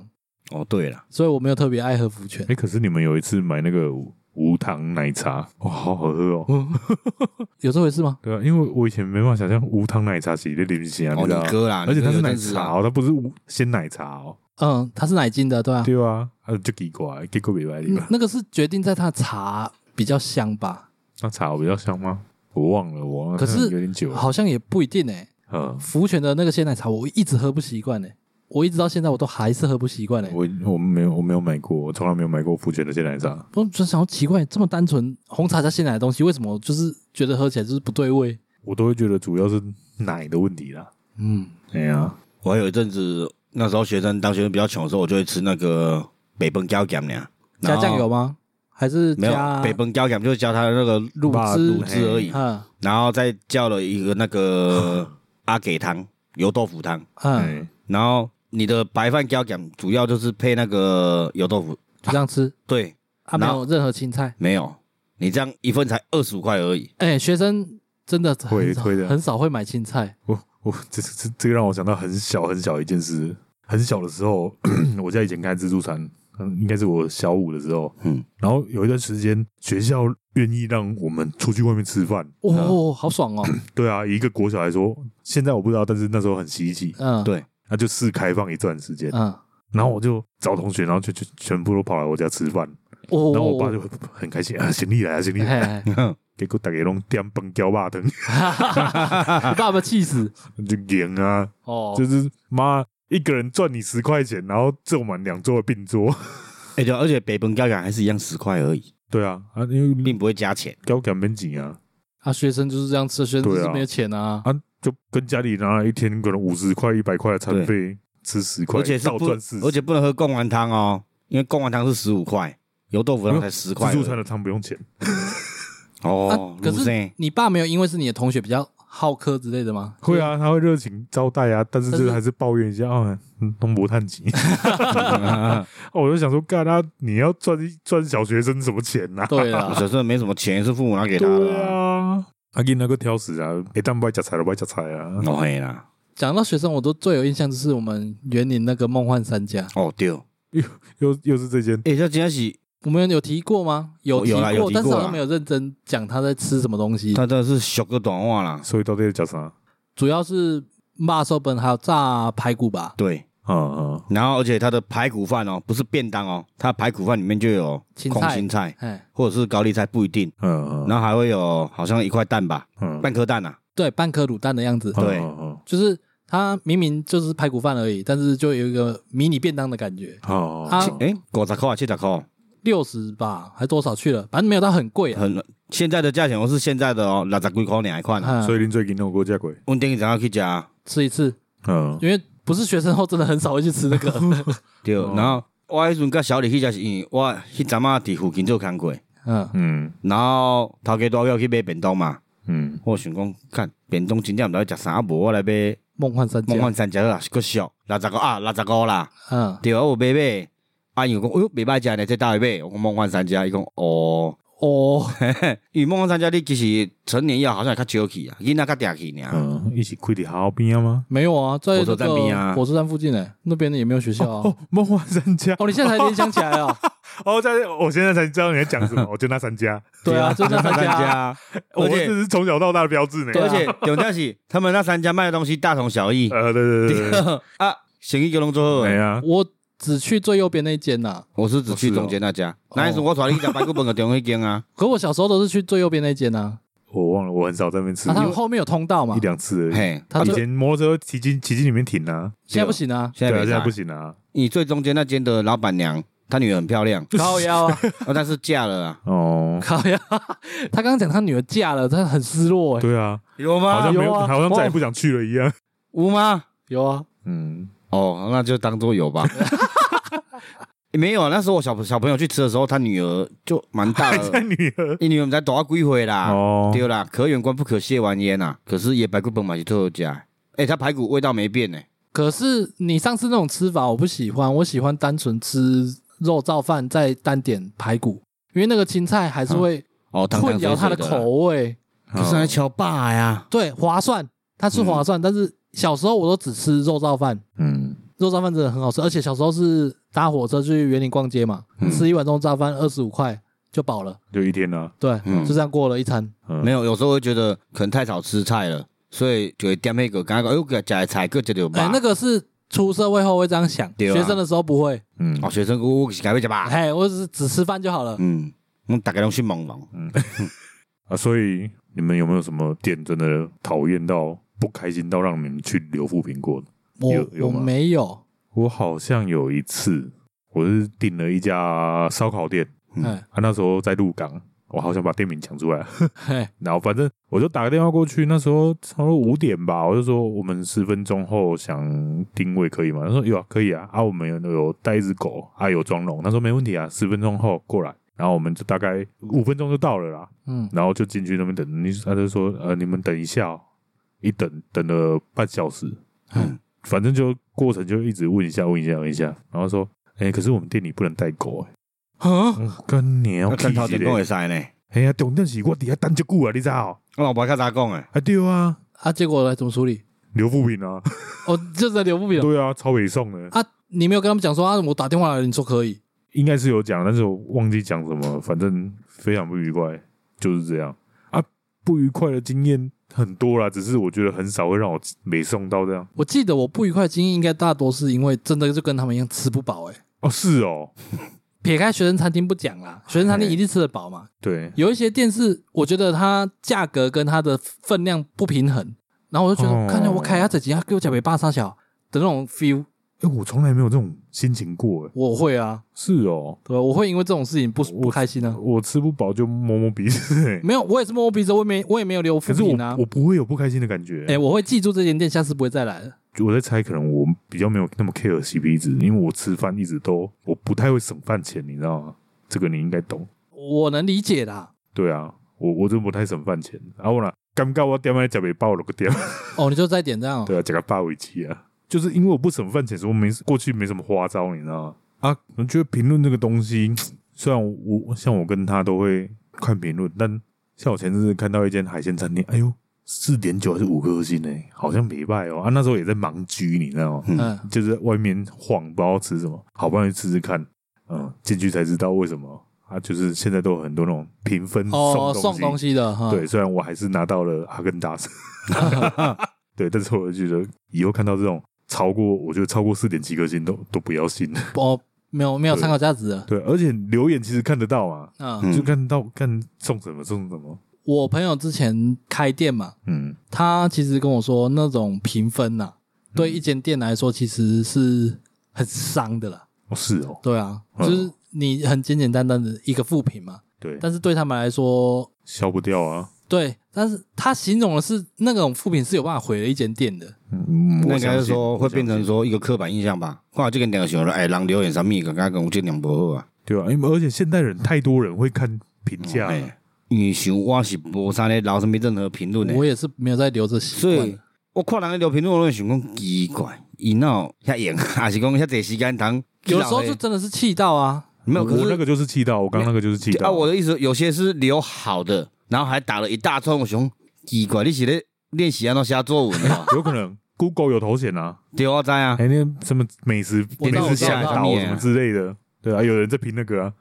Speaker 2: 哦，对了，
Speaker 1: 所以我没有特别爱喝福泉。
Speaker 3: 哎，可是你们有一次买那个无无糖奶茶，哇，好好喝哦。
Speaker 1: 有这回事吗？
Speaker 3: 对啊，因为我以前没办法想象无糖奶茶是的零食啊，
Speaker 2: 哦，
Speaker 3: 知道
Speaker 2: 你
Speaker 3: 吗？
Speaker 2: 哥啦，
Speaker 3: 而且它
Speaker 2: 你
Speaker 3: 是
Speaker 2: 哥有
Speaker 3: 奶
Speaker 2: 阵子
Speaker 3: 茶
Speaker 2: 啊，
Speaker 3: 哦，它不是无鲜奶茶哦。
Speaker 1: 嗯，它是奶精的，对吧、
Speaker 3: 对啊，啊，就奇怪，结果没买你
Speaker 1: 嗯
Speaker 3: 吧？
Speaker 1: 那个是决定在它的茶比较香吧，
Speaker 3: 那茶啊比较香吗？我忘了，我忘了，
Speaker 1: 可是
Speaker 3: 有点久了。
Speaker 1: 好像也不一定诶、
Speaker 3: 嗯，
Speaker 1: 福泉的那个鲜奶茶我一直喝不习惯诶，我一直到现在我都还是喝不习惯诶。欸
Speaker 3: 我我没有我没有买过，我从来没有买过福泉的鲜奶茶。
Speaker 1: 我就想要奇怪，这么单纯红茶加鲜奶的东西，为什么就是觉得喝起来就是不对味？
Speaker 3: 我都会觉得主要是奶的问题啦。
Speaker 1: 嗯，
Speaker 3: 哎呀，
Speaker 2: 我有一阵子那时候学生当学生比较穷的时候，我就会吃那个北崩椒酱呢，
Speaker 1: 加酱油
Speaker 2: 吗？
Speaker 1: 吗？还是
Speaker 2: 没
Speaker 1: 加
Speaker 2: 有，北崩椒酱就是加它的那个
Speaker 1: 乳
Speaker 3: 吧
Speaker 1: 汁
Speaker 2: 卤？汁而已，
Speaker 1: 嗯
Speaker 2: 然后再叫了一个那 个阿给汤油豆腐汤，
Speaker 1: 嗯，
Speaker 3: 哎，
Speaker 2: 然后你的白饭椒酱主要就是配那个油豆腐，
Speaker 1: 就这样吃，
Speaker 2: 对，
Speaker 1: 啊，没
Speaker 2: 然
Speaker 1: 有任何青菜。
Speaker 2: 没有，你这样一份才二十五块而已。
Speaker 1: 哎、学生真的很
Speaker 3: 会
Speaker 1: 少
Speaker 3: 会的
Speaker 1: 很少会买青菜。
Speaker 3: 我我这这这个让我想到很小很小一件事。很小的时候， 我家以前开自助餐，嗯，应该是我小五的时候，
Speaker 2: 嗯，
Speaker 3: 然后有一段时间学校愿意让我们出去外面吃饭。
Speaker 1: 哇、哦，好爽哦！
Speaker 3: 对啊，以一个国小来说，现在我不知道，但是那时候很稀奇，
Speaker 1: 嗯，
Speaker 2: 对
Speaker 3: 那就试开放一段时间。
Speaker 1: 嗯，哦
Speaker 3: 然后我就找同学，然后就就全部都跑来我家吃饭，
Speaker 1: 哦，
Speaker 3: 然后我爸
Speaker 1: 哦
Speaker 3: 就很很开心啊，行李来啊，行李
Speaker 1: 嘿
Speaker 3: 来啊，
Speaker 1: 嘿
Speaker 3: 结果大家拢点崩椒肉汤，
Speaker 1: 你爸爸气死
Speaker 3: 就赢啊，
Speaker 1: 哦！
Speaker 3: 就是妈一个人赚你十块钱，然后坐满两桌的并桌。
Speaker 2: 哎、对啊，而且北本高港还是一样十块而已，
Speaker 3: 对啊，啊，因为
Speaker 2: 并不会加钱。
Speaker 3: 高港边紧啊，
Speaker 1: 啊，学生就是这样吃，学生就
Speaker 3: 对
Speaker 1: 是
Speaker 3: 啊
Speaker 1: 没有钱啊。
Speaker 3: 啊，就跟家里拿了一天可能五十块、一百块的餐费，吃十块，
Speaker 2: 而且是
Speaker 3: 倒
Speaker 2: 不
Speaker 3: 赚四，十，
Speaker 2: 而且不能喝贡丸汤哦，因为贡丸汤是十五块，油豆腐汤才十块
Speaker 3: 自助餐的汤不用钱。
Speaker 1: 啊
Speaker 2: 哦。
Speaker 1: 可
Speaker 2: 卤
Speaker 1: 是
Speaker 2: 汁
Speaker 1: 你爸没有因为是你的同学比较好客之类的吗？
Speaker 3: 会啊，他会热情招待啊，但是
Speaker 1: 但
Speaker 3: 就是是还是抱怨一下啊，嗯东博探集。
Speaker 2: 啊
Speaker 3: 哦，我就想说，干他、你要赚赚小学生什么钱呐、啊？
Speaker 1: 对
Speaker 2: 我
Speaker 1: 啦，
Speaker 2: 小时候没什么钱，是父母拿给他
Speaker 3: 对
Speaker 2: 的、。
Speaker 3: 啊，阿金那个挑食啊，一旦不爱夹菜了，不爱夹菜啊。
Speaker 2: 哦嘿啦，
Speaker 1: 讲到学生，我都最有印象就是我们园林那个梦幻三家，
Speaker 2: 哦对，哎、
Speaker 3: 又又是这间，
Speaker 2: 这真的是，
Speaker 1: 我们有提过吗？有
Speaker 2: 哦
Speaker 1: 提
Speaker 2: 有啦有提
Speaker 1: 但是
Speaker 2: 过
Speaker 1: 好
Speaker 2: 啦
Speaker 1: 像没有认真讲他在吃什么东西。
Speaker 2: 他真的是小个短话啦。
Speaker 3: 所以到底要夹啥？
Speaker 1: 主要是骂寿本还有炸排骨吧，
Speaker 2: 对，
Speaker 3: 啊啊，
Speaker 2: 然后而且它的排骨饭哦，不是便当哦，它的排骨饭里面就有
Speaker 1: 芹菜
Speaker 2: 空心菜
Speaker 1: 哎，
Speaker 2: 或者是高丽菜，不一定。
Speaker 3: 嗯嗯
Speaker 2: 然后还会有好像一块蛋吧，
Speaker 3: 嗯，
Speaker 2: 半颗蛋啊，
Speaker 1: 对，半颗卤蛋的样子，
Speaker 2: 对
Speaker 3: 嗯
Speaker 1: 就是它明明就是排骨饭而已，但是就有一个迷你便当的感觉，
Speaker 3: 好
Speaker 1: 啊
Speaker 2: 哎，五十块、七十块，
Speaker 1: 六十吧，还多少去了，反正没有到很贵啊。
Speaker 2: 很现在的价钱，我是现在的哦，六十几块两块呢。
Speaker 1: 嗯
Speaker 3: 啊所以恁最近有过这过？
Speaker 2: 我顶一早去食，
Speaker 1: 吃一次，
Speaker 3: 嗯，
Speaker 1: 因为不是学生后，真的很少会去吃那个。
Speaker 2: 对，
Speaker 3: 哦
Speaker 2: 然后我迄阵甲小李去食，是因为我迄阵啊伫附近做工课，
Speaker 1: 嗯，
Speaker 3: 嗯
Speaker 2: 然后头家带我去买便当嘛，
Speaker 3: 嗯，
Speaker 2: 我想讲，看便当真正毋知要食啥，无我来买
Speaker 1: 梦幻三
Speaker 2: 梦
Speaker 1: 家，
Speaker 2: 幻三食啦，是够俗，六十五啊，六十五啦，
Speaker 1: 嗯，
Speaker 2: 对啊，我买买。啊，伊有讲，哎哟，袂歹食呢，这倒位买，我讲梦幻三家，伊讲哦，
Speaker 1: 哦，
Speaker 2: 因为梦幻三家你其实成年以后好像会较少去啊，囡仔较定去尔。
Speaker 3: 嗯，一起开伫好边吗？
Speaker 1: 没有啊，在那
Speaker 2: 火车站边啊
Speaker 1: 个火车站附近诶，那边也没有学校啊。
Speaker 3: 哦，梦幻三家，
Speaker 1: 哦，你现在才联想起来哦，
Speaker 3: 哦，在我现在才知道你在讲什么，我就那三家，
Speaker 1: 对啊，就那三家，
Speaker 2: 啊，
Speaker 3: 我
Speaker 2: 而
Speaker 3: 这
Speaker 2: 且
Speaker 3: 是从小到大的标志呢。
Speaker 1: 对啊
Speaker 2: 而且重点是他们那三家卖的东西大同小异
Speaker 3: 呃，对对对对，
Speaker 2: 啊，生意就拢做好
Speaker 3: 哎
Speaker 2: 的。
Speaker 3: 呀，
Speaker 1: 我只去最右边那间呐，
Speaker 2: 我是只去中间那家，
Speaker 1: 哦
Speaker 2: 那一次我带你去食排骨饭的中迄间啊，
Speaker 1: 可我小时候都是去最右边那间呐，
Speaker 3: 我忘了，我很少在那边吃
Speaker 1: 啊，，它后面有通道嘛
Speaker 3: 一，两次而已。
Speaker 2: 嘿，
Speaker 1: 它
Speaker 3: 以
Speaker 1: 就
Speaker 3: 前摩托车骑进骑进里面停啊，
Speaker 1: 现在不行 啊，
Speaker 2: 现
Speaker 3: 对啊，
Speaker 2: 在没
Speaker 3: 现在
Speaker 2: 在
Speaker 3: 不。行啊。
Speaker 2: 你最中间那间的老板娘，她女儿很漂亮，
Speaker 1: 靠腰 啊，
Speaker 2: 啊，但是嫁了啊，
Speaker 3: 哦，
Speaker 1: 靠腰，啊 他刚刚讲他女儿嫁了，他很失落哎，
Speaker 3: 对啊，
Speaker 2: 有
Speaker 3: 好像
Speaker 2: 吗？
Speaker 3: 没有，
Speaker 1: 有啊
Speaker 3: 好像再也不想去了一样。
Speaker 2: 有吗？
Speaker 1: 有啊，
Speaker 3: 嗯，
Speaker 2: 哦，那就当做有吧。没有，啊，那时候我小小朋友去吃的时候，他女儿就蛮大
Speaker 3: 还在
Speaker 2: 的，
Speaker 3: 女儿
Speaker 2: 你女儿才多几岁啦？
Speaker 3: 哎哦，
Speaker 2: 对啦，可远观不可亵玩焉呐。可是也排骨本嘛是特有加，哎、它排骨味道没变呢、
Speaker 1: 可是你上次那种吃法我不喜欢，我喜欢单纯吃肉燥饭，再单点排骨，因为那个青菜还是会
Speaker 2: 哦，汤
Speaker 1: 混淆
Speaker 2: 汤水
Speaker 1: 它的
Speaker 2: 水的啦哦
Speaker 1: 口。味。
Speaker 2: 可是还乔爸呀，
Speaker 1: 对，划算，它是
Speaker 2: 嗯
Speaker 1: 划算，但是小时候我都只吃肉燥饭，
Speaker 3: 嗯，
Speaker 1: 肉燥饭真的很好吃，而且小时候是搭火车去园林逛街嘛，
Speaker 2: 嗯
Speaker 1: 吃一碗肉燥饭二十五块就饱了，
Speaker 3: 就一天啊，
Speaker 1: 对，
Speaker 2: 嗯
Speaker 1: 就这样过了一餐。
Speaker 3: 嗯
Speaker 2: 没有，有时候会觉得可能太少吃菜了，所以就会点那个，刚刚哎呦，给加菜个这就
Speaker 1: 哎、
Speaker 2: 吧。
Speaker 1: 那个是出社会后会这样想，
Speaker 2: 对啊
Speaker 1: 学生的时候不会，
Speaker 3: 嗯
Speaker 2: 哦，学生我我是改会吃吧。
Speaker 1: 哎、我只是只吃饭就好了。
Speaker 2: 嗯，我大概拢去忙忙。
Speaker 3: 啊，所以你们有没有什么店真的讨厌到不开心到让你们去留副苹果的？有
Speaker 1: 我
Speaker 3: 有
Speaker 1: 我
Speaker 3: 吗
Speaker 1: 没有，
Speaker 3: 我好像有一次，我是订了一家烧烤店，
Speaker 2: 嗯
Speaker 1: 哎、
Speaker 3: 啊，那时候在鹿港，我好想把店名讲出来，
Speaker 1: 嘿、
Speaker 3: 然后反正我就打个电话过去，那时候差不多五点吧，我就说我们十分钟后想定位可以吗？他说有啊，可以啊，啊，我们有有带一只狗，啊，有装笼，他说没问题啊，十分钟后过来，然后我们就大概五分钟就到了啦，
Speaker 1: 嗯，
Speaker 3: 然后就进去那边等，你他就说呃，你们等一下、哦，一等等了半小时，
Speaker 1: 嗯
Speaker 3: 反正就过程就一直问一下问一下问一下，然后说，哎、可是我们店里不能带狗、欸，
Speaker 1: 啊，
Speaker 3: 嗯跟你要
Speaker 2: 那看
Speaker 3: 气
Speaker 2: 头
Speaker 3: 死
Speaker 2: 点讲会
Speaker 3: 嘞，
Speaker 2: 使呢。
Speaker 3: 哎呀，重点是我底下等这久啊，你知道？
Speaker 2: 我老婆较咋讲诶？
Speaker 3: 啊对啊，
Speaker 1: 啊，结果呢？怎么处理？
Speaker 3: 刘富平啊，
Speaker 1: 哦，就是留不平
Speaker 3: 对啊，超北宋的，
Speaker 1: 啊！你没有跟他们讲说啊，我打电话来了，你说可以，
Speaker 3: 应该是有讲，但是我忘记讲什么，反正非常不愉快，就是这样啊。不愉快的经验很多啦，只是我觉得很少会让我北宋到这样。
Speaker 1: 我记得我不愉快的经验应该大多是因为真的就跟他们一样吃不饱哎、
Speaker 3: 哦，是哦，
Speaker 1: 撇开学生餐厅不讲啦，
Speaker 3: 哎
Speaker 1: 学生餐厅一定吃得饱嘛。
Speaker 3: 对，
Speaker 1: 有一些店是我觉得它价格跟它的分量不平衡，然后我就觉
Speaker 3: 哦
Speaker 1: 得，看见我开下这几家给我讲没霸三小的那种 feel，
Speaker 3: 哎、我从来没有这种心情过，哎，
Speaker 1: 我会啊，
Speaker 3: 是哦，
Speaker 1: 对吧？我会因为这种事情不
Speaker 3: 我
Speaker 1: 不开心啊。
Speaker 3: 我吃不饱就摸摸鼻子、哎
Speaker 1: 没有，我也是摸摸鼻子，我也没我也没有留嗯负
Speaker 3: 可是我
Speaker 1: 评啊
Speaker 3: 我。不会有不开心的感觉。
Speaker 1: 哎、我会记住这间店，下次不会再来了。
Speaker 3: 我在猜，可能我比较没有那么 care CP 值，因为我吃饭一直都我不太会省饭钱，你知道吗？这个你应该懂。
Speaker 1: 我能理解啦。
Speaker 3: 对啊，我我真不太省饭钱。啊，我啦，尴尬我点来食袂饱了个点，
Speaker 1: 哦，你就再点这样、哦。
Speaker 3: 对啊，食个八尾鸡啊，就是因为我不省饭钱，所以我没过去没什么花招，你知道吗？啊，我觉得评论这个东西，虽然我像我跟他都会看评论，但像我前阵子看到一间海鲜餐厅，哎呦，四点九还是五颗星呢、好像没败哦。啊，那时候也在盲居，你知道吗？
Speaker 1: 嗯，
Speaker 3: 就是在外面晃，不知道吃什么，好不容易吃吃看，嗯，进去才知道为什么啊，就是现在都有很多那种评分
Speaker 1: 哦，送
Speaker 3: 东
Speaker 1: 东西的哈。
Speaker 3: 对，虽然我还是拿到了哈根达斯， 对，但是我就觉得以后看到这种超过，我觉得超过四点七颗星都都不要信了。
Speaker 1: 哦，没有没有参考价值了。
Speaker 3: 对，而且留言其实看得到啊，
Speaker 1: 嗯，
Speaker 2: 嗯
Speaker 3: 就看到看送什么送什么。
Speaker 1: 我朋友之前开店嘛，
Speaker 3: 嗯，
Speaker 1: 他其实跟我说，那种评分呐、对一间店来说其实是很伤的啦。
Speaker 3: 哦是哦，
Speaker 1: 对啊，
Speaker 3: 嗯
Speaker 1: 就是你很简简单单的一个负评嘛，
Speaker 3: 对，
Speaker 1: 但是对他们来说，
Speaker 3: 消不掉啊。
Speaker 1: 对，但是他形容的是那种负评是有办法毁了一间店的。
Speaker 3: 嗯，
Speaker 2: 那
Speaker 3: 我
Speaker 2: 应该
Speaker 3: 相
Speaker 2: 是
Speaker 3: 信
Speaker 2: 说
Speaker 3: 我
Speaker 2: 会
Speaker 3: 相
Speaker 2: 变成
Speaker 3: 信
Speaker 2: 说一个刻板印象吧。哇，这个鸟想了，哎，人留言啥物，感觉讲这两不好啊。
Speaker 3: 对啊，因为而且现代人太多人会看评价了，
Speaker 2: 哎，你想我是无啥咧留什么任何评论的
Speaker 1: 我，也是没有在留着习
Speaker 2: 所
Speaker 1: 惯
Speaker 2: 以
Speaker 1: 的，
Speaker 2: 我看人咧留评论，我就想讲奇怪，伊闹遐用，还是讲遐侪时间通去
Speaker 1: 有
Speaker 2: 留
Speaker 1: 的
Speaker 2: 的。
Speaker 1: 时候就真的是气到啊。
Speaker 2: 没有，可
Speaker 3: 我那
Speaker 2: 是
Speaker 3: 个就是气到，我刚刚那个就是气
Speaker 2: 啊，
Speaker 3: 到。
Speaker 2: 我的意思有些是留好的，然后还打了一大串，我想奇怪，你是咧练习安怎写作文 哦？
Speaker 3: 有可能 Google 有头衔啊，
Speaker 2: 对，我知啊，
Speaker 3: 哎，那什么美食
Speaker 1: 我
Speaker 3: 美
Speaker 1: 知道
Speaker 3: 食下
Speaker 1: 我知道
Speaker 3: 岛
Speaker 2: 我知道
Speaker 3: 什么之类的，对啊，有人在评那个啊，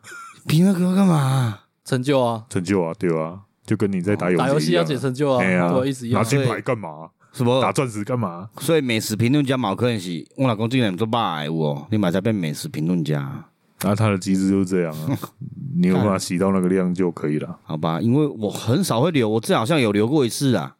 Speaker 2: 评那个干嘛？
Speaker 1: 成就啊，
Speaker 3: 成就啊，对啊，就跟你在打
Speaker 1: 哦
Speaker 3: 游
Speaker 1: 打游戏
Speaker 3: 一样
Speaker 1: 要
Speaker 3: 啊
Speaker 1: 解成就啊，
Speaker 3: 哎呀
Speaker 1: 对，一嗯直要
Speaker 3: 拿
Speaker 1: 啊。
Speaker 3: 金牌干嘛？
Speaker 2: 什么
Speaker 3: 打钻石干嘛？
Speaker 2: 所以美食评论家毛可能是我老公最近做爸有哦，你马才变美食评论家，
Speaker 3: 然后啊他的机制就是这样啊， 你有办法洗到那个量就可以了。
Speaker 2: 好吧？因为我很少会留，我这好像有留过一次啦，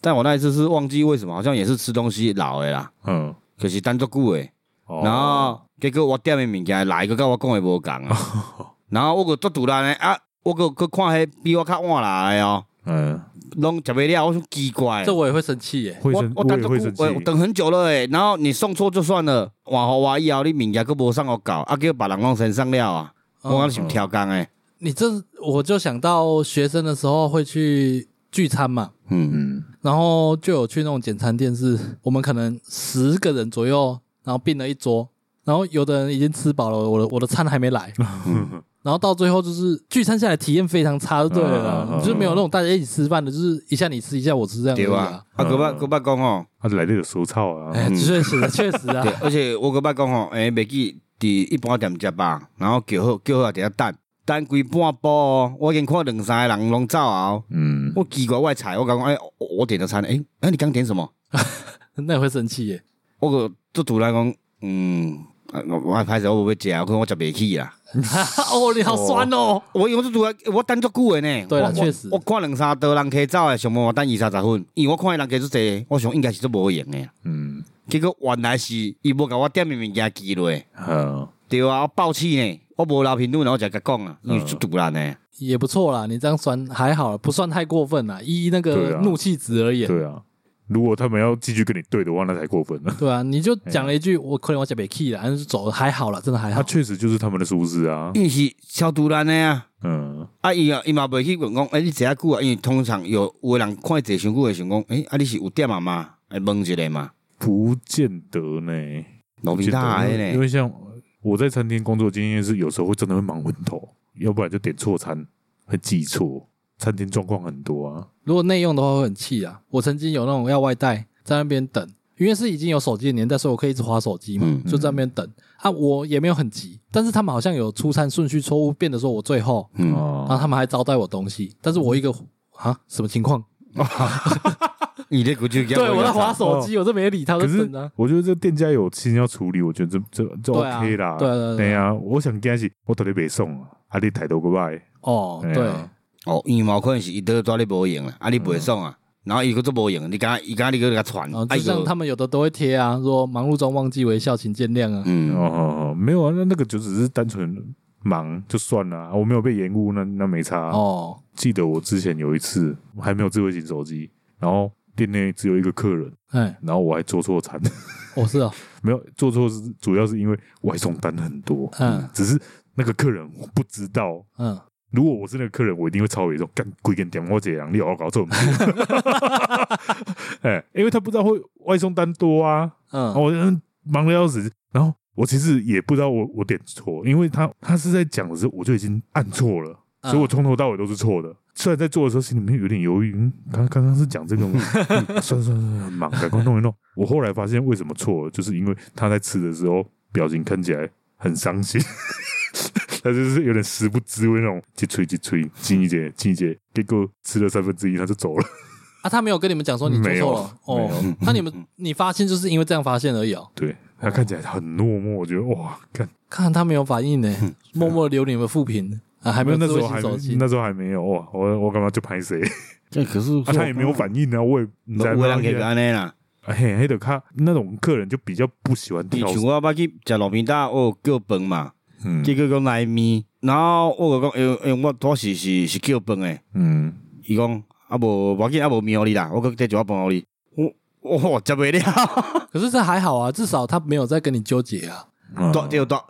Speaker 2: 但我那一次是忘记为什么，好像也是吃东西老的啦，
Speaker 3: 嗯，
Speaker 2: 可是单做久的，
Speaker 3: 哦
Speaker 2: 然后结果我点的物件来个跟我讲的无共啊，然后我个做突然的啊，我个去看迄比我较晚来的哦，
Speaker 3: 嗯，
Speaker 2: 拢食袂了，我说奇怪
Speaker 1: 这。我也会生气耶、
Speaker 3: 会
Speaker 2: 我
Speaker 3: 生
Speaker 2: 我
Speaker 3: 我
Speaker 2: 等
Speaker 3: 也
Speaker 2: 足
Speaker 3: 会
Speaker 2: 久
Speaker 3: 生气
Speaker 2: 欸，我等很久了诶、然后你送错就算了，换互我以后你物件佫无送我搞，啊叫别人拢身上了啊，
Speaker 1: 嗯
Speaker 2: 我讲想超工诶，
Speaker 1: 你这我就想到学生的时候会去聚餐嘛，
Speaker 2: 嗯，
Speaker 3: 嗯，
Speaker 1: 然后就有去那种简餐店是，我们可能十个人左右，然后并了一桌，然后有的人已经吃饱了，我的我的餐还没来，然后到最后就是聚餐下来体验非常差，就对了啦，
Speaker 3: 嗯嗯嗯嗯
Speaker 1: 就是没有那种大家一起吃饭的，就是一下你吃一下我吃这样
Speaker 2: 对
Speaker 1: 子
Speaker 2: 吧
Speaker 1: 啊。？
Speaker 3: 嗯
Speaker 2: 啊，佮捌佮捌讲吼，
Speaker 3: 他来的有收操啊，
Speaker 1: 哎，确实确实啊
Speaker 2: 对，，而且我佮捌讲吼，诶，袂记伫一般店食吧，然后叫好叫好伫遐等，等规半波哦，我已经看两三个人拢走啊哦，
Speaker 3: 嗯，
Speaker 2: 我奇怪我的菜，我讲诶，我我点的餐，诶，啊那你刚点什么？
Speaker 1: 那也会生气耶。
Speaker 2: 我个做突然讲，嗯，啊我我歹势我无要食，我可能我食袂起啊啦。
Speaker 3: 嗯
Speaker 1: 哦，你好酸哦，
Speaker 2: 我因为我拄啊，我等足久的呢。
Speaker 1: 对啦
Speaker 2: 我
Speaker 1: 确实
Speaker 2: 我我看两三道人客走的，想问我等二三十分，因为我看伊人客足济，我想应该是足无用的。
Speaker 3: 嗯，
Speaker 2: 结果原来是伊无甲我点的物件记落，
Speaker 3: 好，
Speaker 2: 对啊，我爆气呢，我无留评论，然后就甲讲啊，
Speaker 1: 嗯
Speaker 2: 因为足突然呢。
Speaker 1: 也不错啦，你这样酸还好，不算太过分啦，依那
Speaker 3: 对
Speaker 1: 个
Speaker 3: 啊
Speaker 1: 怒气值而言。
Speaker 3: 对啊，如果他们要继续跟你对的话，那才过分了。
Speaker 1: 对啊，你就讲
Speaker 3: 哎
Speaker 1: 了一句，我可能我讲北 key 了，然后就走了，还好了，真的还
Speaker 3: 他
Speaker 1: 好。
Speaker 3: 确实就是他们的疏失啊，
Speaker 2: 因为是超突然的啊。
Speaker 3: 嗯，
Speaker 2: 啊，伊啊，伊嘛袂去问讲，哎、你坐遐久啊？因为通常有有的人看坐伤久会想讲，哎、啊，你是有点啊嘛？会问一下嘛，
Speaker 3: 不见得呢，
Speaker 2: 老
Speaker 3: 不
Speaker 2: 皮
Speaker 3: 见得
Speaker 2: 大的
Speaker 3: 因为因
Speaker 2: 呢。
Speaker 3: 为像我在餐厅工作经验是，有时候会真的会忙昏头，要不然就点错餐，会记错，餐厅状况很多啊，
Speaker 1: 如果内用的话会很气啊。我曾经有那种要外带，在那边等，因为是已经有手机的年代，所以我可以一直划手机嘛，
Speaker 2: 嗯
Speaker 1: 就在那边等啊。我也没有很急，但是他们好像有出餐顺序错误，变得说我最后，
Speaker 2: 嗯，
Speaker 1: 然后
Speaker 3: 哦，
Speaker 1: 他们还招待我东西，但是我一个啊什么情况？
Speaker 2: 你咧估计
Speaker 1: 对我在划手机，我这没理他，我
Speaker 3: 可
Speaker 1: 就是等啊。
Speaker 3: 我觉得这店家有心要处理，我觉得这这这
Speaker 1: 对啊
Speaker 3: OK 啦，
Speaker 1: 对对对
Speaker 3: 对呀，我想跟他是，我特别北送啊，啊你抬头个拜，
Speaker 1: 哦，
Speaker 3: 哎
Speaker 1: 对，
Speaker 3: 呀
Speaker 2: 哦，因为嘛有可能是伊倒抓你无用啊，啊你袂爽啊，然后伊个做无用，你敢伊敢你个甲传
Speaker 1: 然后，
Speaker 2: 啊
Speaker 1: 嗯哦就
Speaker 2: 伊
Speaker 1: 像
Speaker 2: 个
Speaker 1: 他们有的都会贴啊，说忙碌中忘记微笑，请见谅啊。
Speaker 3: 哦
Speaker 2: 嗯，
Speaker 3: 哦哦，没有啊，那那个就只是单纯忙就算了啊，我没有被延误，那那没差啊
Speaker 1: 哦，
Speaker 3: 记得我之前有一次我还没有智慧型手机，然后店内只有一个客人，
Speaker 1: 哎，
Speaker 3: 然后我还做错餐，
Speaker 1: 我是哦，
Speaker 3: 没有做错是主要是因为外送单很多，
Speaker 1: 嗯
Speaker 3: 只是那个客人不知道。
Speaker 1: 嗯，
Speaker 3: 如果我是那个客人，我一定会超尾说干贵跟点我姐样，你好好搞 这种事。哎，因为他不知道会外送单多啊，然后
Speaker 1: 嗯，
Speaker 3: 我就嗯忙的要死，然后我其实也不知道我我点错，因为他他是在讲的时候我就已经按错了。
Speaker 1: 嗯
Speaker 3: 所以我从头到尾都是错的。虽然在做的时候心里面有点犹豫，嗯，刚刚刚是讲这个吗？嗯算了算了算了，很忙，赶快弄一弄。我后来发现为什么错了，就是因为他在吃的时候表情看起来很伤心， 他就是有点食不知味那种，一吹一吹，进一节进一节，结果吃了三分之一他就走了。
Speaker 1: 啊，啊，他没有跟你们讲说你做错了
Speaker 3: 没有
Speaker 1: 哦， 那你 们你发现就是因为这样发现而已哦。
Speaker 3: 对他看起来很落寞，我觉得哇，看
Speaker 1: 看他没有反 应呢，默默留你们复评啊，还没有
Speaker 3: 那
Speaker 1: 智
Speaker 3: 时
Speaker 1: 慧
Speaker 3: 候还
Speaker 1: 型手机，
Speaker 3: 那时候还没有哇，我我干嘛就拍谁？
Speaker 2: 这可是
Speaker 3: 啊，他也没有反应啊，我也你知道
Speaker 2: 有的嗯人给安尼啦，
Speaker 3: 哎嘿，黑的卡那种客人就比较不喜欢
Speaker 2: 你
Speaker 3: 挑，
Speaker 2: 像我捌去食路边摊，我有哦叫饭嘛，
Speaker 3: 嗯
Speaker 2: 结果讲来面，然后我就讲，因为因为我当时是是叫饭诶，
Speaker 3: 嗯，
Speaker 2: 伊讲啊无，无要紧啊无面互你啦，我搁再做一饭互你，我我食袂了，
Speaker 1: 可是这还好啊，至少他没有在跟你纠结啊。
Speaker 3: 嗯
Speaker 2: 大就大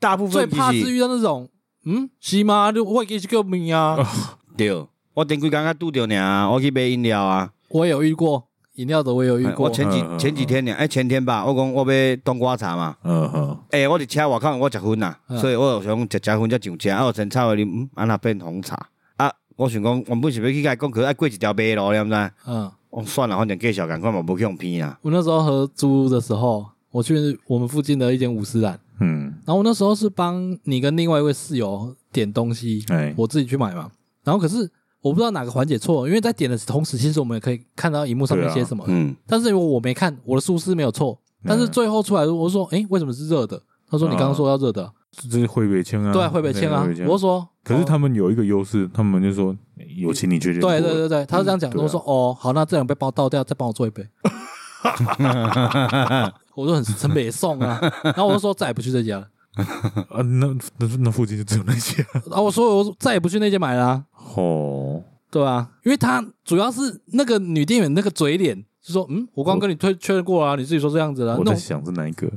Speaker 2: 大部
Speaker 1: 最
Speaker 2: 分
Speaker 1: 怕
Speaker 2: 其
Speaker 1: 是
Speaker 2: 实
Speaker 1: 遇到那种，嗯，是吗？就我给你个名
Speaker 3: 哦
Speaker 1: 啊，
Speaker 2: 对，我顶几工才拄着尔，我去买饮料啊。
Speaker 1: 我也有遇过饮料的，我也有遇
Speaker 2: 哎
Speaker 1: 过
Speaker 2: 我。前几
Speaker 3: 嗯嗯嗯
Speaker 2: 前几天呢，哎，前天吧，我讲我要冬瓜茶嘛，
Speaker 3: 嗯哼，
Speaker 2: 哎，我伫车外口我食薰啦，
Speaker 1: 嗯
Speaker 2: 所以我就想食食薰才上车，啊，我先炒诶啉，嗯，安那变红茶啊，我想讲原本是要去甲伊讲，可是爱过一条马路，你毋知？
Speaker 1: 嗯，
Speaker 2: 我算了，反正介绍赶快嘛，无去用骗啦。
Speaker 1: 我那时候合租的时候，我去我们附近的一间五十兰，
Speaker 3: 嗯，
Speaker 1: 然后我那时候是帮你跟另外一位室友点东西，
Speaker 3: 哎，
Speaker 1: 我自己去买嘛。然后可是我不知道哪个环节错了，因为在点的同时，其实我们也可以看到荧幕上面
Speaker 3: 对啊
Speaker 1: 写什么，
Speaker 2: 嗯，
Speaker 1: 但是因为我没看，我的数字没有错。但是最后出来，我说：“哎、为什么是热的？”他说：“你刚刚说要热的，
Speaker 3: 这是会被签啊，
Speaker 1: 对，会被签啊。”我说：“
Speaker 3: 可是
Speaker 1: 哦
Speaker 3: 他们有一个优势，他们就说有请你去认
Speaker 1: 对
Speaker 3: 过
Speaker 1: 对对对，他是这样讲。
Speaker 3: 对啊
Speaker 1: 我说：“哦，好，那这两杯帮我倒掉，再帮我做一杯。”我就很很美送啊，然后我就说再也不去这家了。
Speaker 3: 啊，那那那附近就只有那些啊
Speaker 1: 然啊后我说我再也不去那间买啊啦、
Speaker 3: 哦，
Speaker 1: 对啊，因为他主要是那个女店员那个嘴脸，就说嗯，我刚跟你推确认过啊，你自己说这样子啦。
Speaker 3: 我
Speaker 1: 那
Speaker 3: 在
Speaker 1: 种
Speaker 3: 想是哪一个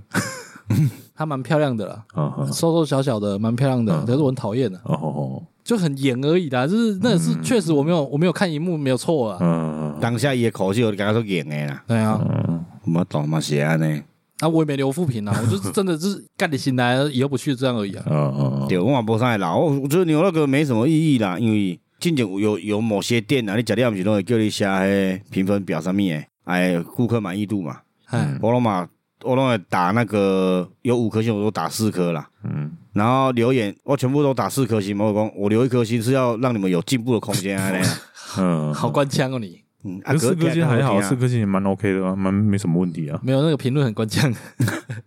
Speaker 1: 她蛮漂亮的啦，
Speaker 3: 啊哈，
Speaker 1: 瘦瘦小小的，蛮漂亮的，
Speaker 3: 嗯
Speaker 1: 可是我很讨厌的，
Speaker 3: 哦吼，
Speaker 1: 就很演而已啦。就是那个是确实我没有我没有看荧幕没有错啊，
Speaker 3: 嗯
Speaker 2: 当下伊诶口气我就感觉说硬诶啦，
Speaker 1: 对啊，
Speaker 3: 嗯，
Speaker 2: 我懂嘛是安尼，
Speaker 1: 啊我也没留负评啊，我就是真的 就是干你醒来以后不去这样而已啊。
Speaker 3: 嗯
Speaker 2: 对，我嘛无啥会老，我我觉得牛那个没什么意义啦，因为进前有有有某些店啊，你食了毋是拢会叫你写迄评分表啥物诶，哎，顾客满意度嘛，
Speaker 1: 哎，
Speaker 2: 我拢嘛我拢会打那个有五颗星，我都打四颗啦。
Speaker 3: 嗯，
Speaker 2: 然后留言，我全部都打四颗星嘛。我讲我留一颗星是要让你们有进步的空间啊。那样
Speaker 3: 嗯，
Speaker 1: 好官腔哦你，
Speaker 2: 嗯，啊
Speaker 3: 可是四颗星还好，
Speaker 2: 是
Speaker 3: 四颗星也蛮 OK 的啊，蛮没什么问题啊，
Speaker 1: 没有那个评论很官 腔，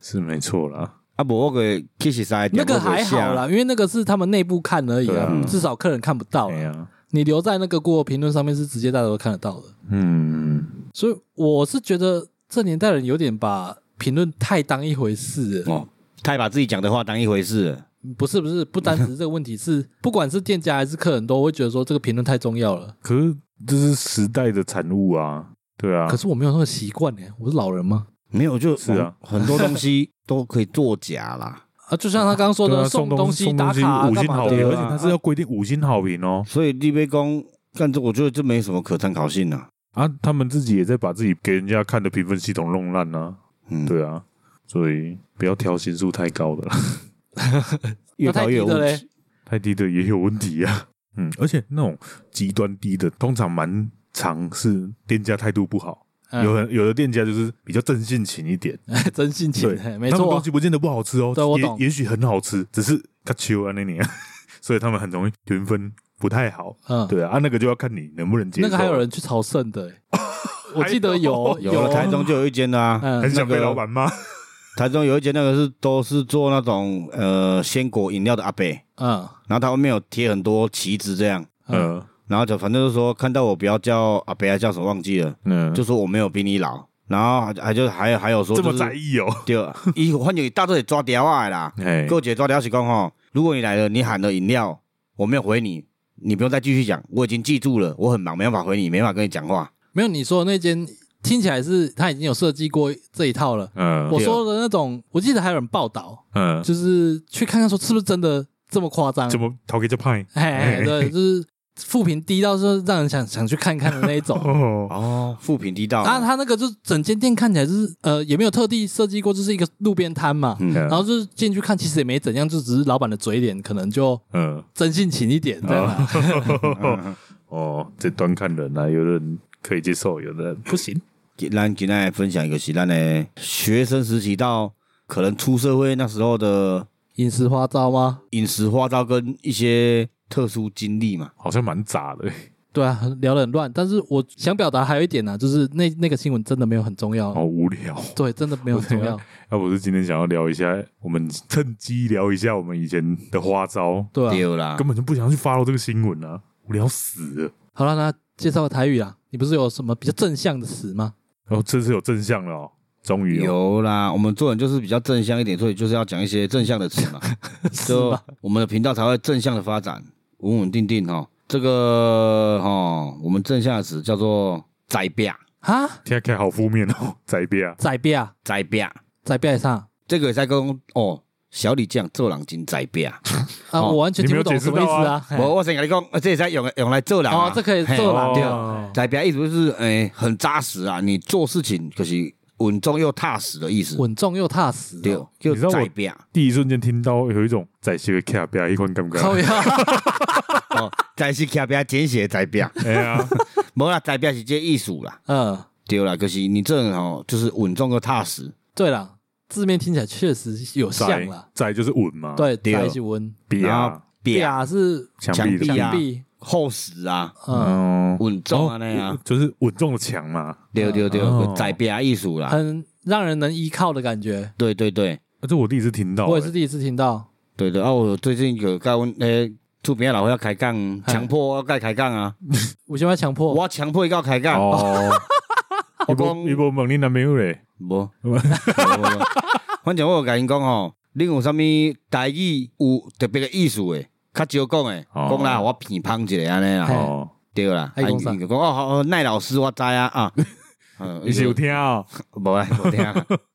Speaker 3: 是没错啦。
Speaker 2: 啊，无我个去实在
Speaker 1: 那个还好啦，因为那个是他们内部看而已
Speaker 3: 对
Speaker 1: 啊
Speaker 3: 啊，
Speaker 1: 至少客人看不到
Speaker 3: 哎
Speaker 1: 啦。
Speaker 3: 呀，
Speaker 1: 你留在那个过评论上面是直接大家都看得到的。
Speaker 3: 嗯，
Speaker 1: 所以我是觉得这年代人有点把评论太当一回事了，
Speaker 2: 哦，太把自己讲的话当一回事了。
Speaker 1: 不是不是，不单只是这个问题， 是不管是店家还是客人都会觉得说这个评论太重要了。
Speaker 3: 可是这是时代的产物啊，对啊
Speaker 1: 可，是我没有那个习惯呢，我是老人吗？
Speaker 2: 没有，就是
Speaker 3: 啊
Speaker 2: 很多东西都可以作假啦。
Speaker 1: 啊，就像他刚刚说
Speaker 3: 对
Speaker 1: 的，
Speaker 3: 啊，
Speaker 1: 送
Speaker 3: 送东
Speaker 1: 西
Speaker 3: 送
Speaker 1: 打卡啊
Speaker 3: 五
Speaker 1: 干
Speaker 3: 星
Speaker 1: 嘛
Speaker 3: 好
Speaker 1: 的
Speaker 3: 评，
Speaker 2: 对啊
Speaker 3: 而且它是要规定五星好评哦。
Speaker 2: 所以立碑公干这，我觉得这没什么可参考性啊。
Speaker 3: 啊，他们自己也在把自己给人家看的评分系统弄烂啊，
Speaker 2: 嗯，，
Speaker 3: 对啊，所以不要挑心数太高的 啦，
Speaker 2: 越
Speaker 1: 那太
Speaker 2: 高越有
Speaker 1: 低的
Speaker 2: 问
Speaker 1: 嘞
Speaker 2: 题。，
Speaker 3: 太低的也有问题啊。嗯，而且那种极端低的，通常蛮常是店家态度不好，
Speaker 1: 嗯
Speaker 3: 有的有的店家就是比较正性情一点，
Speaker 1: 真性情
Speaker 3: 对，，
Speaker 1: 嘿没
Speaker 3: 他们
Speaker 1: 错
Speaker 3: 东
Speaker 1: 啊
Speaker 3: 西，不见得不好吃哦，
Speaker 1: 对我
Speaker 3: 也
Speaker 1: 懂
Speaker 3: 也许很好吃，只是卡丘啊那年， 所以他们很容易评分不太好。
Speaker 1: 嗯，
Speaker 3: 对啊，啊那个就要看你能不能接受。
Speaker 1: 那个还有人去朝圣的欸， 我记得有啊
Speaker 2: 有了台中就有一间啦、啊，
Speaker 1: 嗯
Speaker 3: 很想被
Speaker 2: 那个
Speaker 3: 老板骂，
Speaker 2: 台中有一间那个是都是做那种呃鲜果饮料的阿伯，然
Speaker 1: 嗯
Speaker 2: 后他外面有贴很多旗子这样。
Speaker 1: 嗯，
Speaker 3: 呃
Speaker 2: 然后就反正就说看到我不要叫阿北，还叫什么忘记了，
Speaker 3: 嗯，
Speaker 2: 就说我没有比你老，然后还还就还有还有说、
Speaker 3: 这
Speaker 2: 就是、
Speaker 3: 么在意哦。
Speaker 2: 对，伊反正大队抓条啊的 啦，
Speaker 3: 哎
Speaker 2: 够姐抓条是讲吼，如果你来了，你喊了饮料，我没有回你，你不用再继续讲，我已经记住了，我很忙，没办法回你，没办法跟你讲话。
Speaker 1: 没有你说的那间听起来是他已经有设计过这一套了。
Speaker 3: 嗯
Speaker 1: 我说的那种，我记得还有人报道，
Speaker 3: 嗯，
Speaker 1: 就是去看看说是不是真的这么夸张
Speaker 3: 怎。么逃给这派？
Speaker 1: 哎，对，就是负评低到是让人想想去看看的那一种。
Speaker 3: 哦，
Speaker 2: 哦，富平地道，
Speaker 1: 啊，他那个就是整间店看起来就是呃也没有特地设计过，就是一个路边摊嘛。
Speaker 2: 嗯
Speaker 3: 哦
Speaker 1: 然后就是进去看，其实也没怎样，就只是老板的嘴脸可能就
Speaker 3: 嗯，
Speaker 1: 真性情一点，对吧？
Speaker 2: 嗯
Speaker 3: 哦哦，这端看人啊，有的人可以接受，有的人不行。
Speaker 2: 咱今天来分享一个是咱的学生时期到可能出社会那时候的
Speaker 1: 饮食花招吗？
Speaker 2: 饮食花招跟一些特殊经历嘛。
Speaker 3: 好像蛮杂的欸，
Speaker 1: 对啊，很聊得很乱。但是我想表达还有一点呢、啊就是那那个新闻真的没有很重要，
Speaker 3: 好无聊。
Speaker 1: 对，真的没有很重要。
Speaker 3: 那、我是今天想要聊一下，我们趁机聊一下我们以前的花招，
Speaker 1: 对啊，
Speaker 2: 对哦啦
Speaker 3: 根，本就不想去 follow 这个新闻啊，无聊死了。
Speaker 1: 好了，那介绍台语啦。啊你不是有什么比较正向的词吗？
Speaker 3: 然后哦这次有正向了、哦，终于有
Speaker 2: 有啦，我们做人就是比较正向一点，所以就是要讲一些正向的词嘛，
Speaker 1: 是
Speaker 2: 就
Speaker 1: 吧？
Speaker 2: 我们的频道才会正向的发展，稳稳定定哈。这个哈，我们正向的词叫做栽变，
Speaker 1: 哈，
Speaker 3: 听起来好负面哦，在变啊，
Speaker 1: 仔变啊，
Speaker 2: 栽变，
Speaker 1: 仔变也上
Speaker 2: 这个在讲哦，小李酱做人真栽变。
Speaker 1: 啊，
Speaker 2: 哦
Speaker 1: 我完全听不懂什么意思啊。 嘿
Speaker 2: 我我先跟你讲，呃这也在用用来做人啊
Speaker 1: 哦，这可以做啦，
Speaker 3: 啦
Speaker 2: 嘿
Speaker 1: 对
Speaker 2: 哦对栽培意思就是诶、很扎实啊，你做事情可是稳重又踏实的意思。
Speaker 1: 稳重又踏实、
Speaker 2: 对
Speaker 1: 哦，，
Speaker 2: 就
Speaker 3: 你知道我
Speaker 2: 栽培
Speaker 3: 第一瞬间听到有一种在写个卡表一款感觉，
Speaker 1: 靠 呀，
Speaker 2: 哦，栽是卡边简写 栽培，
Speaker 3: 哎呀，
Speaker 2: 无啦，栽培是这艺术啦，
Speaker 1: 嗯，
Speaker 2: 对啦，就是你这人哦，就是稳重又踏实。
Speaker 1: 对啦，字面听起来确实有像
Speaker 3: 在
Speaker 1: 啦，
Speaker 3: 在就是稳嘛，，
Speaker 1: 对，
Speaker 2: 对
Speaker 1: 在一起温，
Speaker 3: 表
Speaker 2: 然后
Speaker 3: 啊
Speaker 2: 变
Speaker 1: 呀是
Speaker 3: 墙
Speaker 2: 墙
Speaker 3: 壁的
Speaker 2: 壁
Speaker 1: 墙
Speaker 2: 啊
Speaker 1: 壁，
Speaker 2: 厚实啊，
Speaker 1: 嗯，
Speaker 3: 哦，
Speaker 2: 稳重啊那样啊，
Speaker 3: 就是稳重的强嘛。
Speaker 2: 对对对，
Speaker 3: 哦哎
Speaker 2: 就栽培艺术啦，
Speaker 1: 很让人能依靠的感觉。
Speaker 2: 对对对
Speaker 3: 啊这我第一次听到，
Speaker 1: 我也是
Speaker 3: 哎
Speaker 1: 第一次听到，
Speaker 2: 对对啊！我最近有跟阮诶厝边的老伙仔开讲，
Speaker 3: 哎
Speaker 2: 强迫我甲伊开讲啊，
Speaker 1: 我现在强迫，
Speaker 2: 我强迫伊甲我开讲，
Speaker 3: 哦，
Speaker 2: 我
Speaker 3: 一
Speaker 2: 讲
Speaker 3: 波一波猛力男朋友嘞，
Speaker 2: 无，无无无反正我有甲因讲吼，恁有啥物台语有特别的意思诶，较少讲诶，
Speaker 3: 哦
Speaker 2: 讲啦，我偏芳一个安尼
Speaker 1: 嘿
Speaker 2: 啦，
Speaker 3: 哦，
Speaker 2: 对啦，
Speaker 1: 还
Speaker 2: 啊
Speaker 1: 讲啥
Speaker 2: 因就讲哦好，好赖老师我知啊 啊，嗯
Speaker 3: 你是有听啊？
Speaker 2: 无啊， 无听，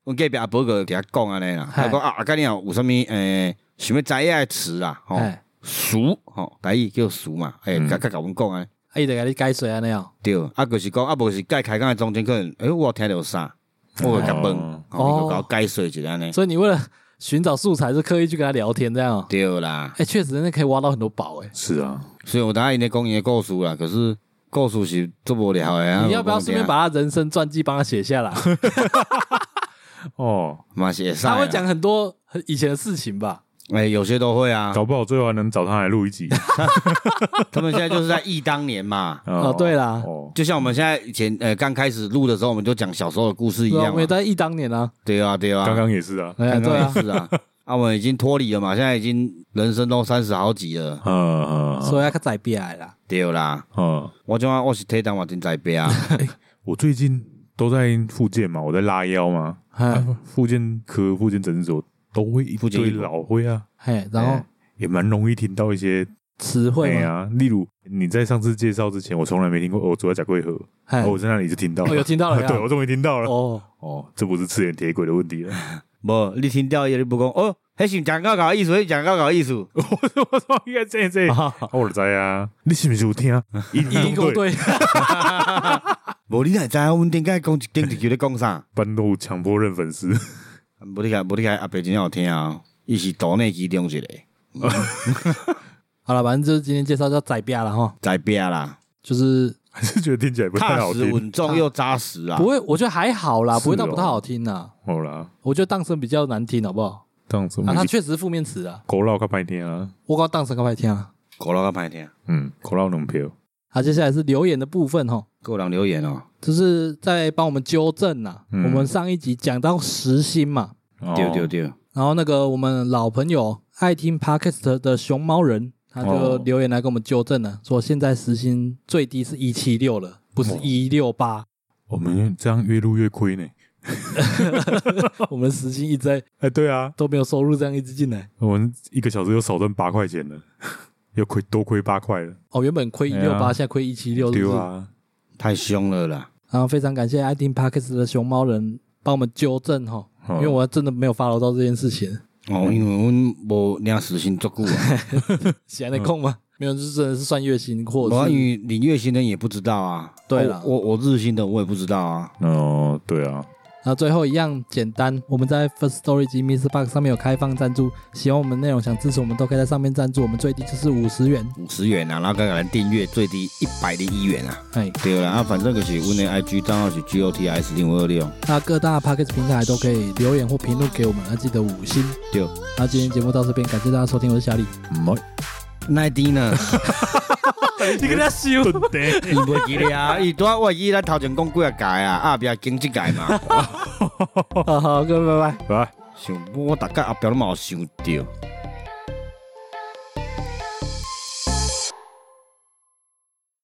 Speaker 2: 阮隔壁阿伯个伫遐讲安尼啦，
Speaker 1: 嘿
Speaker 2: 他讲啊，啊，今日有啥物诶，想要知影诶词啦，吼，
Speaker 1: 哎，
Speaker 2: 俗吼，台语叫俗嘛，诶，
Speaker 3: 嗯
Speaker 2: 甲甲甲阮讲安尼，
Speaker 1: 啊，伊就给你解水安尼哦，
Speaker 2: 对，啊，就是讲啊，无是甲伊开讲诶中间可能，诶，我有听着啥，我会甲问，
Speaker 3: 哦
Speaker 2: 吼，伊就甲我解释一下安尼，
Speaker 1: 所以你为了寻找素材，是刻意去跟他聊天这样哦。
Speaker 2: 对啦。
Speaker 1: 哎，确实那可以挖到很多宝哎。
Speaker 3: 是啊，
Speaker 2: 所以我答应咧讲伊的故事啦，可是故事是做无聊的啊。
Speaker 1: 你要不要顺便把他人生传记帮他写下来？
Speaker 3: 哦，
Speaker 2: 马写上？
Speaker 1: 他会讲很多很以前的事情吧？
Speaker 2: 哎、啊有些都会啊。
Speaker 3: 搞不好最后还能找他来录一集。
Speaker 2: 他们现在就是在忆当年嘛，
Speaker 1: 哦对啦
Speaker 3: 哦，
Speaker 2: 就像我们现在以前呃刚开始录的时候，我们就讲小时候的故事一
Speaker 1: 对啊，我
Speaker 2: 样嘛
Speaker 1: 们也。在忆当年啊，
Speaker 2: 对啊，对啊，
Speaker 3: 刚刚也是啊，
Speaker 1: 哎呀，
Speaker 2: 刚
Speaker 1: 对啊
Speaker 2: 刚，也是啊。 啊，我们已经脱离了嘛，现在已经人生都三十好几了，
Speaker 3: 嗯嗯
Speaker 1: 所以要较仔变来啦。
Speaker 2: 对啦。
Speaker 3: 嗯，
Speaker 2: 我怎啊，我是体当我真在憋 啊，
Speaker 3: 我最近都在复健嘛，我在拉腰嘛，啊
Speaker 1: 哎
Speaker 3: 复健科、复健诊所都会一
Speaker 2: 复健
Speaker 3: 堆
Speaker 2: 医疗
Speaker 3: 老灰啊，
Speaker 1: 嘿，然后
Speaker 3: 哎也蛮容易听到一些
Speaker 1: 词汇
Speaker 3: 哎
Speaker 1: 嘛，
Speaker 3: 呀，例如你在上次介绍之前，我从来没听过，哦我住在贾桂河，
Speaker 1: 嘿
Speaker 3: 哦，我在那里就听到
Speaker 1: 哎哦有听到了呀
Speaker 3: 对我终于听到了，
Speaker 1: 哦，
Speaker 3: 哦，这不是赤眼铁轨的问 题了，
Speaker 2: 无你听到伊你不讲哦，迄是讲到搞艺术，迄是讲到搞艺术。
Speaker 3: 我说应该这样这样，啊我知啊，你是不是有听？ 一
Speaker 1: 义工队，
Speaker 2: 无你哪知影阮顶解讲一顶一句咧讲啥？
Speaker 3: 班都强迫认粉丝，
Speaker 2: 无你甲无你甲阿伯真正有听啊，伊是岛内其中一个
Speaker 1: 好了，反正就是今天介绍叫仔变了哈，
Speaker 2: 在边啦，
Speaker 1: 就是
Speaker 3: 还是觉得听起来不太
Speaker 2: 踏
Speaker 3: 好
Speaker 2: 实
Speaker 3: 听。
Speaker 2: 稳重又扎实啊
Speaker 1: 不。会，我觉得还好啦，
Speaker 3: 是
Speaker 1: 不会到
Speaker 3: 哦
Speaker 1: 不太好听啦。
Speaker 3: 好啦，
Speaker 1: 我觉得当声比较难听，好不好？
Speaker 3: 当什么
Speaker 1: 啊，？它确实是负面词啊，
Speaker 3: 狗绕较歹听啊，
Speaker 1: 我刚当声刚才听啊。
Speaker 2: 古老较歹听，
Speaker 3: 嗯，狗绕两票，
Speaker 1: 好，接下来是留言的部分哈，
Speaker 2: 还有人留言哦，
Speaker 1: 就是在帮我们纠正呐。
Speaker 3: 嗯
Speaker 1: 我们上一集讲到时薪嘛，
Speaker 3: 哦
Speaker 2: 对对对，
Speaker 1: 然后那个我们老朋友爱听 Podcast 的熊猫人，他就
Speaker 3: 哦
Speaker 1: 留言来跟我们纠正了，说现在时薪最低是一七六了，不是
Speaker 3: 哦
Speaker 1: 一六 八。
Speaker 3: 我们这样越录越亏呢。
Speaker 1: 我们时薪一直在
Speaker 3: 哎，对啊，
Speaker 1: 都没有收入，这样一直进来。
Speaker 3: 我们一个小时又少赚八块钱了， 又亏多亏八块了，
Speaker 1: 哦，原本亏一
Speaker 3: 哎
Speaker 1: 六
Speaker 3: 呀
Speaker 1: 八，现在亏一七六，是不
Speaker 3: 丢
Speaker 1: 是？
Speaker 3: 啊！
Speaker 2: 太凶了啦。
Speaker 1: 然后非常感谢爱丁 Parkes 的熊猫人帮我们纠正哈，
Speaker 3: 哦
Speaker 1: 因为我真的没有 follow 到这件事 情，
Speaker 2: 哦，
Speaker 1: 嗯
Speaker 2: 因为阮无领时薪足久啊，
Speaker 1: 闲得空吗？没有，就是真的是算月薪 或者
Speaker 2: 我啊因
Speaker 1: 是
Speaker 2: 为领月薪的人也不知道啊。
Speaker 1: 对啦
Speaker 2: 我我我日薪的我也不知道啊。
Speaker 3: 哦，对 啊，
Speaker 1: 然后最后一样简单，我们在 First Story 及 Mr. Box 上面有开放赞助，喜欢我们内容想支持我们都可以在上面赞助，我们最低就是五十元。
Speaker 2: 五十元啊，然后给人订阅最低一百零一元啊，
Speaker 1: 哎，
Speaker 2: 对啦，啊，反正就是阮的 IG 账号是 GOTS 零五二六，
Speaker 1: 那各大 Parkes 平台都可以留言或评论给我们，要记得五星。
Speaker 2: 对，
Speaker 1: 那今天节目到这边，感谢大家收听，我是小李，
Speaker 3: 嗯，
Speaker 2: 那一滴呢？
Speaker 1: 你跟他修，
Speaker 3: 对，
Speaker 2: 伊袂记咧啊，伊拄仔我记咱头前讲几啊届啊，后壁经济届嘛，
Speaker 1: 好好，各位拜拜。
Speaker 3: 来。
Speaker 2: 想我大概后壁拢嘛有想着。